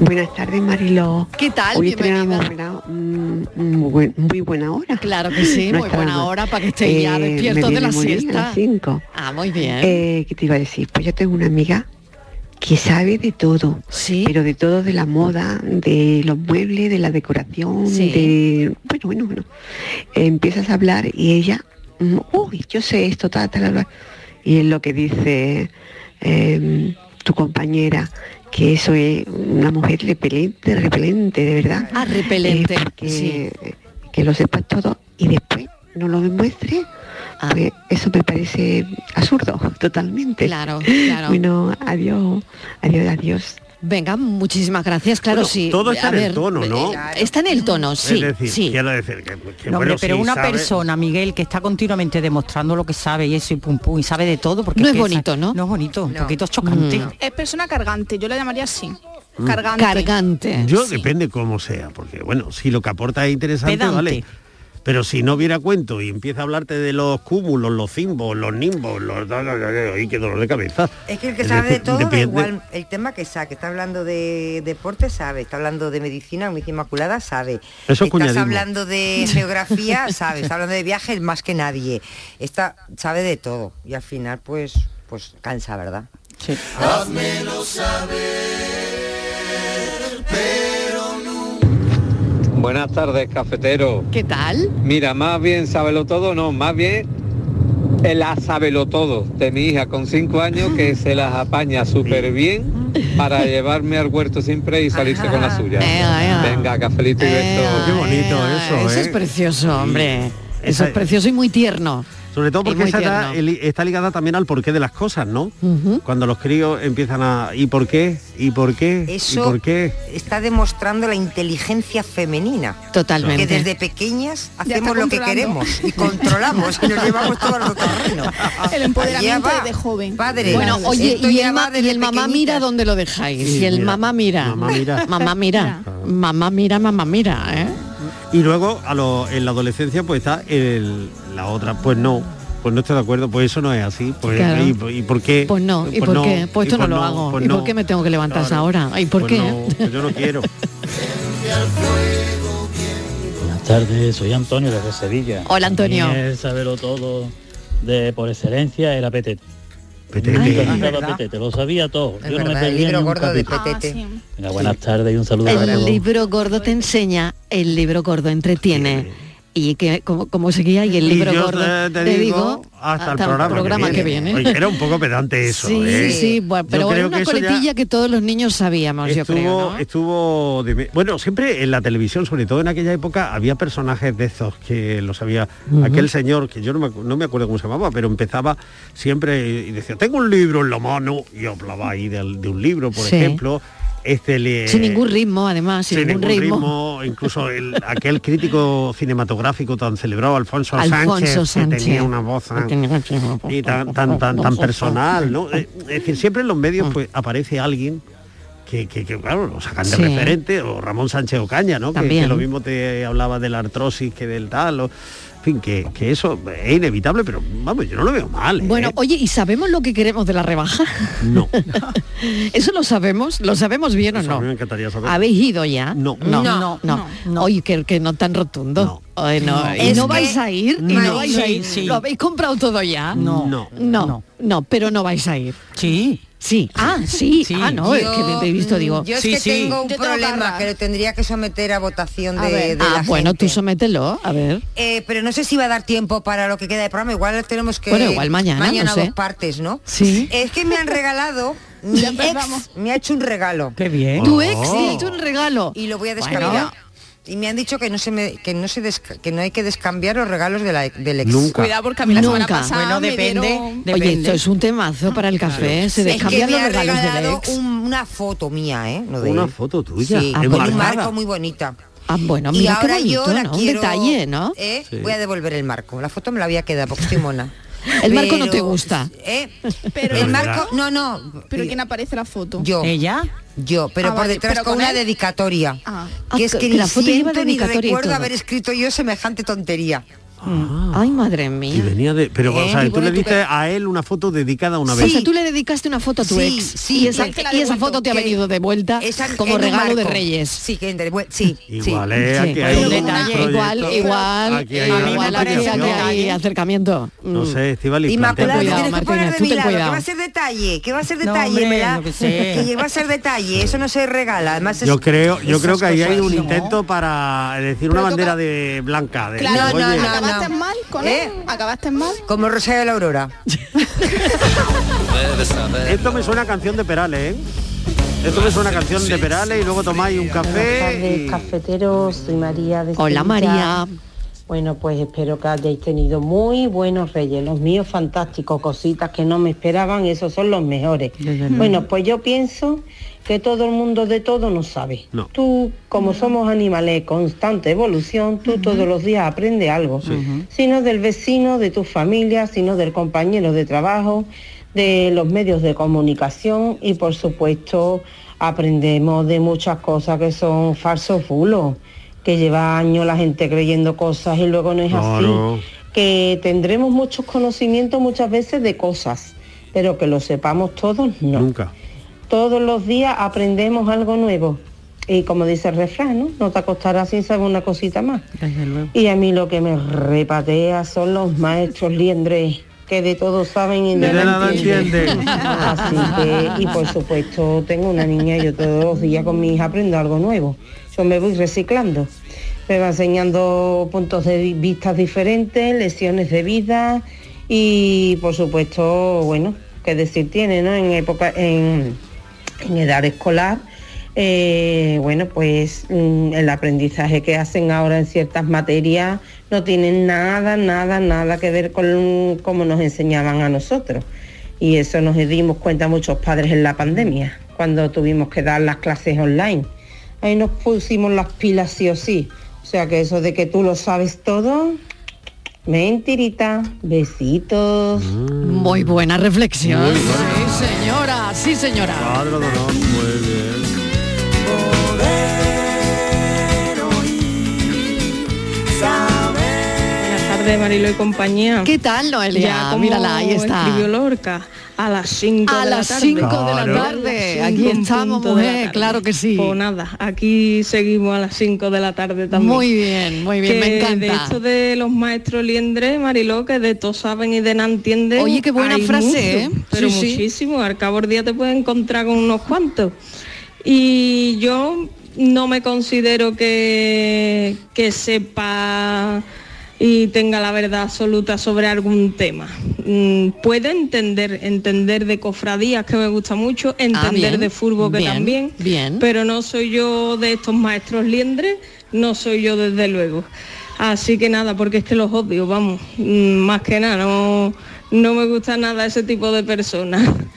Speaker 18: Buenas tardes, Mariló.
Speaker 4: ¿Qué tal?
Speaker 18: Hoy
Speaker 4: Bienvenida.
Speaker 18: tenemos una- un- un muy, buen- muy buena hora.
Speaker 4: Claro que sí, muy buena hora para que estéis
Speaker 18: Eh,
Speaker 4: ya despiertos de la siesta.
Speaker 18: las 5.
Speaker 4: Ah, muy bien.
Speaker 18: Eh, ¿Qué te iba a decir? Pues yo tengo una amiga que sabe de todo, pero de todo de la moda, de los muebles, de la decoración,
Speaker 4: Sí.
Speaker 18: de... Bueno, bueno, bueno. Empiezas a hablar y ella, mm, uy, yo sé esto, tal, tal, tal. tal". Y es lo que dice eh, tu compañera, que eso es una mujer repelente, repelente, de verdad.
Speaker 4: Ah, repelente,
Speaker 18: Eh, porque
Speaker 4: sí.
Speaker 18: Que lo sepas todo y después no lo demuestres Pues eso me parece absurdo, totalmente.
Speaker 4: Claro, claro.
Speaker 18: Bueno, adiós, adiós, adiós.
Speaker 4: Venga, muchísimas gracias, claro,
Speaker 18: Bueno,
Speaker 4: sí.
Speaker 18: todo está
Speaker 4: A
Speaker 18: en el
Speaker 4: ver,
Speaker 5: tono, ¿no?
Speaker 4: eh, Está en el tono, sí.
Speaker 5: es decir,
Speaker 4: sí.
Speaker 5: quiero decir que, que
Speaker 8: No, hombre,
Speaker 5: bueno,
Speaker 8: pero
Speaker 5: sí
Speaker 8: una
Speaker 5: sabe-
Speaker 8: persona, Miguel, que está continuamente demostrando lo que sabe y eso y pum pum y sabe de todo porque
Speaker 4: No
Speaker 8: que
Speaker 4: es bonito, ¿no? Mm.
Speaker 8: No es bonito, un poquito chocante.
Speaker 7: Es persona cargante, yo la llamaría así.
Speaker 5: Mm.
Speaker 7: Cargante.
Speaker 5: Yo depende cómo sea, porque bueno, si lo que aporta es interesante,
Speaker 7: Pedante.
Speaker 5: vale. Pero si no viera cuento y empieza a hablarte de los cúmulos, los cimbos, los nimbos, los... ¡Ay, qué dolor de cabeza!
Speaker 6: Es que el que
Speaker 5: Es
Speaker 6: sabe de
Speaker 5: decir,
Speaker 6: todo, da
Speaker 5: depende-
Speaker 6: igual el tema que saque. Está hablando de deporte, sabe. Está hablando de medicina, medicina inmaculada, sabe.
Speaker 5: es
Speaker 6: Estás
Speaker 5: cuñadismo.
Speaker 6: hablando de geografía, sabe. Está hablando de viajes más que nadie. Está, sabe de todo. Y al final, pues, pues cansa, ¿verdad?
Speaker 8: Sí.
Speaker 14: Házmelo saber, pero
Speaker 16: Buenas tardes, cafetero.
Speaker 4: ¿Qué tal?
Speaker 16: Mira, más bien sábelo todo, no, más bien el sábelo todo de mi hija con cinco años que se las apaña súper bien para llevarme al huerto siempre y salirse con la suya. Venga, cafelito y beso.
Speaker 5: Qué bonito eso,
Speaker 4: Eso es
Speaker 5: ¿eh?
Speaker 4: precioso, hombre. Eso
Speaker 5: Esa-
Speaker 4: es precioso y muy tierno.
Speaker 5: Sobre todo
Speaker 4: Es
Speaker 5: porque
Speaker 4: muy
Speaker 5: esa edad
Speaker 4: tierno.
Speaker 5: eli- está ligada también al porqué de las cosas, ¿no? Cuando los críos empiezan a... ¿Y por qué? ¿Y por qué? ¿Y
Speaker 6: Eso-
Speaker 5: por qué?
Speaker 6: Está demostrando la inteligencia femenina.
Speaker 4: Totalmente.
Speaker 6: Que desde pequeñas
Speaker 7: Ya está
Speaker 6: hacemos lo que
Speaker 7: controlando.
Speaker 6: queremos y controlamos y nos llevamos todo al terreno.
Speaker 7: El empoderamiento
Speaker 6: Allá va,
Speaker 7: de joven.
Speaker 6: Padre,
Speaker 4: Bueno,
Speaker 6: Claro.
Speaker 4: oye,
Speaker 6: Esto
Speaker 4: y
Speaker 6: ya
Speaker 4: el, ma-
Speaker 6: va
Speaker 4: y el mamá mira dónde lo dejáis.
Speaker 5: Sí,
Speaker 4: y el
Speaker 5: mira.
Speaker 4: mamá mira.
Speaker 5: Mamá mira.
Speaker 4: Mamá mira. mamá mira, mamá mira, ¿eh?
Speaker 5: Y luego a lo- en la adolescencia pues está el- la otra, pues no, pues no estoy de acuerdo, pues eso no es así, pues
Speaker 4: Claro.
Speaker 5: ¿y, y por qué?
Speaker 4: Pues no, ¿y por qué? Pues
Speaker 5: y
Speaker 4: esto no
Speaker 5: pues
Speaker 4: lo hago.
Speaker 5: pues
Speaker 4: ¿Y
Speaker 5: no,
Speaker 4: por qué me tengo que levantar ahora? ¿Y por
Speaker 5: pues
Speaker 4: qué?
Speaker 5: no, pues yo no quiero.
Speaker 19: Buenas tardes, soy Antonio desde Sevilla.
Speaker 4: Hola, Antonio.
Speaker 19: A mí El saberlo todo de por excelencia era Petete.
Speaker 5: Petete. Ah,
Speaker 19: Nunca
Speaker 5: es
Speaker 19: faltaba
Speaker 5: verdad.
Speaker 19: Petete, lo sabía todo.
Speaker 6: Es
Speaker 19: Yo no me
Speaker 6: verdad, el
Speaker 19: perdía
Speaker 6: libro
Speaker 19: ni un
Speaker 6: gordo de
Speaker 19: capítulo.
Speaker 6: Petete.
Speaker 19: Venga, buenas tardes y un saludo a
Speaker 4: El
Speaker 19: todos.
Speaker 4: libro gordo te enseña, el libro gordo entretiene. Y que como, como seguía, y el
Speaker 5: Y
Speaker 4: libro
Speaker 5: yo
Speaker 4: gordo
Speaker 5: te, te digo hasta, el programa,
Speaker 4: que, viene.
Speaker 5: Oye, era un poco pedante eso.
Speaker 4: Sí,
Speaker 5: ¿eh?
Speaker 4: sí, sí, bueno,
Speaker 5: Yo
Speaker 4: pero
Speaker 5: creo que
Speaker 4: era una
Speaker 5: eso ya-
Speaker 4: coletilla que todos los niños sabíamos, yo
Speaker 5: estuvo,
Speaker 4: creo. ¿no?
Speaker 5: estuvo de- bueno, siempre en la televisión, sobre todo en aquella época, había personajes de estos que los había.
Speaker 20: Ujú.
Speaker 5: Aquel señor, que yo no me, acu- no me acuerdo cómo se llamaba, pero empezaba siempre y decía, tengo un libro en la mano, y hablaba ahí del- de, un libro, por
Speaker 4: Sí.
Speaker 5: ejemplo. Este le,
Speaker 4: sin ningún ritmo, además, Ah, sin,
Speaker 5: sin
Speaker 4: ningún, ritmo.
Speaker 5: incluso el- aquel crítico cinematográfico tan celebrado, Alfonso,
Speaker 4: Alfonso
Speaker 5: que
Speaker 4: Sánchez.
Speaker 5: tenía una voz ah, y tan, tan, tan, tan personal, ¿no? Eh, Es decir, siempre en los medios
Speaker 4: Mm.
Speaker 5: pues, aparece alguien que, que- que, claro, lo sacan de
Speaker 21: Sí.
Speaker 5: referente, o Ramón Sánchez Ocaña, ¿no? Que- Que,
Speaker 21: También.
Speaker 5: lo mismo te hablaba de la artrosis que del tal, o, en fin, que, que eso es inevitable, pero vamos, yo no lo veo mal. ¿eh?
Speaker 4: Bueno, oye, ¿y sabemos lo que queremos de la rebaja?
Speaker 5: No.
Speaker 4: ¿Eso lo sabemos? ¿Lo sabemos bien o
Speaker 5: Eso a mí me
Speaker 4: no?
Speaker 5: encantaría saber.
Speaker 4: ¿Habéis ido ya?
Speaker 5: No.
Speaker 4: No,
Speaker 5: No,
Speaker 4: no, no. Oye, que, que no tan rotundo. Ay, no.
Speaker 5: No.
Speaker 4: ¿Y
Speaker 5: Es
Speaker 4: no
Speaker 5: que-
Speaker 4: vais a ir? ¿Y
Speaker 5: No.
Speaker 4: no vais a
Speaker 5: Sí,
Speaker 4: ir?
Speaker 5: sí.
Speaker 4: ¿Lo habéis comprado todo ya?
Speaker 5: No. No.
Speaker 4: No, no, pero no vais a ir. Sí. Sí. Ah, sí. Ah, no, es que te he visto, digo...
Speaker 6: Yo es que tengo un problema que lo tendría que someter a votación
Speaker 4: A
Speaker 6: de,
Speaker 4: ver.
Speaker 6: de la
Speaker 4: ah, bueno,
Speaker 6: gente.
Speaker 4: tú somételo, a ver.
Speaker 6: Eh, pero no sé si va a dar tiempo para lo que queda de programa. Igual tenemos que
Speaker 4: Bueno, igual mañana, no sé.
Speaker 6: dos partes, ¿no?
Speaker 4: Sí.
Speaker 6: Es que me han regalado mi ex me ha hecho un regalo.
Speaker 8: Qué bien. Oh.
Speaker 6: Tu
Speaker 4: ex te ha hecho un regalo.
Speaker 6: Y lo voy a
Speaker 4: Bueno.
Speaker 6: descambiar. Y me han dicho que no se me, que no se desca- que no hay que descambiar los regalos de la, del ex.
Speaker 4: Nunca. Cuidado, porque a mí la semana Nunca. pasada
Speaker 6: bueno,
Speaker 4: me
Speaker 6: depende,
Speaker 4: dieron-
Speaker 6: depende. Ah,
Speaker 4: Oye, esto es un temazo para el café,
Speaker 6: Claro.
Speaker 4: se
Speaker 6: Es que
Speaker 4: descambian
Speaker 6: me
Speaker 4: los
Speaker 6: ha
Speaker 4: regalos del
Speaker 6: regalado
Speaker 4: ex.
Speaker 6: un- una foto mía, ¿eh? No de
Speaker 5: Una
Speaker 6: él.
Speaker 5: foto tuya,
Speaker 6: Sí, con
Speaker 5: enmarcada.
Speaker 6: un marco muy bonita.
Speaker 4: pues Ah, bueno,
Speaker 6: y
Speaker 4: mira qué
Speaker 6: ahora
Speaker 4: bonito,
Speaker 6: yo la
Speaker 4: ¿no?
Speaker 6: quiero-
Speaker 4: Un detalle, ¿no?
Speaker 6: ¿eh?
Speaker 4: Sí.
Speaker 6: Voy a devolver el marco. La foto me la había quedado porque estoy mona.
Speaker 4: El marco no
Speaker 6: Pero-
Speaker 4: te gusta.
Speaker 6: ¿eh?
Speaker 7: Pero
Speaker 6: el marco, no, no. Eh,
Speaker 7: Pero ¿quién aparece la foto?
Speaker 6: Yo. ¿Ella? Yo, pero
Speaker 7: Ah,
Speaker 6: por
Speaker 7: vale,
Speaker 6: detrás
Speaker 7: pero
Speaker 6: con
Speaker 7: con
Speaker 6: una
Speaker 7: él.
Speaker 6: dedicatoria.
Speaker 7: Ah.
Speaker 6: Que
Speaker 4: Ah,
Speaker 6: es que,
Speaker 4: que
Speaker 6: ni
Speaker 4: la foto lleva
Speaker 6: siento ni
Speaker 4: dedicatoria y
Speaker 6: recuerdo
Speaker 4: todo. Mm.
Speaker 6: haber escrito yo semejante tontería.
Speaker 5: Ah.
Speaker 4: Ay, madre
Speaker 5: Y
Speaker 4: mía.
Speaker 5: venía de. Pero,
Speaker 4: Eh,
Speaker 5: o sea,
Speaker 4: y
Speaker 5: tú
Speaker 4: bueno,
Speaker 5: le
Speaker 4: ¿tú
Speaker 5: diste
Speaker 4: qué?
Speaker 5: a él una foto dedicada una
Speaker 4: O
Speaker 5: vez.
Speaker 4: sea, tú le dedicaste una foto a tu
Speaker 6: Sí,
Speaker 4: ex
Speaker 6: sí,
Speaker 4: y esa,
Speaker 6: y él te la
Speaker 4: y esa foto te ha
Speaker 6: devuelto,
Speaker 4: venido de vuelta
Speaker 6: Esa-
Speaker 4: como
Speaker 6: en un
Speaker 4: regalo de
Speaker 6: marco.
Speaker 4: Reyes.
Speaker 6: Sí, que intervu- sí.
Speaker 5: Igual,
Speaker 6: sí.
Speaker 5: ¿eh?
Speaker 6: Sí.
Speaker 5: Aquí hay
Speaker 6: Pero
Speaker 5: un
Speaker 6: una-
Speaker 5: proyecto.
Speaker 4: Igual, igual, eh,
Speaker 5: Aquí hay una
Speaker 4: igual aquí hay,
Speaker 5: ampliación.
Speaker 4: hay acercamiento.
Speaker 5: No
Speaker 6: Mm.
Speaker 5: sé, Estivali,
Speaker 6: Inmaculada,
Speaker 5: plantea-
Speaker 6: te tienes que poner
Speaker 4: Martínez,
Speaker 6: de
Speaker 4: tú
Speaker 6: mi
Speaker 4: ten
Speaker 6: lado, que
Speaker 4: cuidado.
Speaker 6: va a ser detalle, que va a ser
Speaker 4: No,
Speaker 6: detalle,
Speaker 4: hombre,
Speaker 6: ¿verdad?
Speaker 4: yo qué sé.
Speaker 6: Que va a ser detalle, eso no se regala. Además es-
Speaker 5: Yo creo, yo
Speaker 6: esas
Speaker 5: creo que ahí hay
Speaker 6: cosas,
Speaker 5: un
Speaker 6: ¿no?
Speaker 5: intento para eh, decir una bandera de blanca. De,
Speaker 7: Claro,
Speaker 5: oye,
Speaker 7: ¿acabaste mal con él? ¿Acabaste mal?
Speaker 6: ¿Eh? Como Rosario de la Aurora.
Speaker 5: Esto me suena a canción de Perales, ¿eh? Esto me suena a canción de Perales y luego tomáis un
Speaker 22: Buenas
Speaker 5: café.
Speaker 22: tardes, cafeteros. Soy María de
Speaker 4: Hola,
Speaker 22: Sevilla.
Speaker 4: María.
Speaker 20: Bueno, pues espero que hayáis tenido muy buenos reyes. Los míos fantásticos, cositas que no me esperaban, esos son los mejores.
Speaker 21: luego.
Speaker 20: Bueno, pues yo pienso que todo el mundo de todo no sabe. Tú, como somos animales de constante evolución, tú todos los días aprendes algo. Sino del vecino, de tu familia, sino del compañero de trabajo, de los medios de comunicación y por supuesto aprendemos de muchas cosas que son falsos bulos, que lleva años la gente creyendo cosas y luego no es así que tendremos muchos conocimientos muchas veces de cosas, pero que lo sepamos todos, no.
Speaker 5: Nunca.
Speaker 20: Todos los días aprendemos algo nuevo. Y como dice el refrán, ¿no? No te acostarás sin saber una cosita más.
Speaker 21: Desde luego.
Speaker 20: Y a mí lo que me repatea son los maestros liendres, que de todo saben y
Speaker 5: De nada entienden.
Speaker 20: Así que, y por supuesto, tengo una niña, yo todos los días con mi hija aprendo algo nuevo. Yo me voy reciclando. Me va enseñando puntos de vi- vista diferentes, lesiones de vida y por supuesto, bueno, qué decir tiene, ¿no? En época, en, en edad escolar, eh, bueno, pues mm, el aprendizaje que hacen ahora en ciertas materias no tiene nada, nada, nada que ver con cómo nos enseñaban a nosotros. Y eso nos dimos cuenta muchos padres en la pandemia, cuando tuvimos que dar las clases online. Ahí nos pusimos las pilas sí o sí. O sea que eso de que tú lo sabes todo, mentirita. Besitos.
Speaker 4: Muy buena reflexión. Sí, señora, sí, señora.
Speaker 5: Cuadro de honor, muy bien.
Speaker 22: Buenas tardes, Marilo y compañía.
Speaker 4: ¿Qué tal, Noelia?
Speaker 22: Ya como
Speaker 4: Mírala, ahí está.
Speaker 22: escribió Lorca, a las 5
Speaker 4: A
Speaker 22: de la
Speaker 4: las
Speaker 22: tarde.
Speaker 4: 5 de la tarde. Aquí estamos, mujer,
Speaker 22: claro que sí. Pues nada, aquí seguimos a las 5 de la tarde también.
Speaker 4: Muy bien, muy bien, me
Speaker 22: Que
Speaker 4: encanta.
Speaker 22: De esto de los maestros liendres, Mariló, que de todo saben y de nada entienden.
Speaker 4: Oye, qué buena
Speaker 22: hay
Speaker 4: frase,
Speaker 22: mucho,
Speaker 4: ¿eh?
Speaker 22: Pero
Speaker 4: Sí, sí.
Speaker 22: muchísimo, al cabo del día te puedes encontrar con unos cuantos. Y yo no me considero que, que sepa y tenga la verdad absoluta sobre algún tema. Mm, puedo entender, entender de cofradías que me gusta mucho, entender
Speaker 4: Ah, bien,
Speaker 22: de fútbol que
Speaker 4: bien,
Speaker 22: también,
Speaker 4: bien.
Speaker 22: pero no soy yo de estos maestros liendres, no soy yo desde luego. Así que nada, porque es que los odio, vamos, mm, más que nada, no, no me gusta nada ese tipo de personas.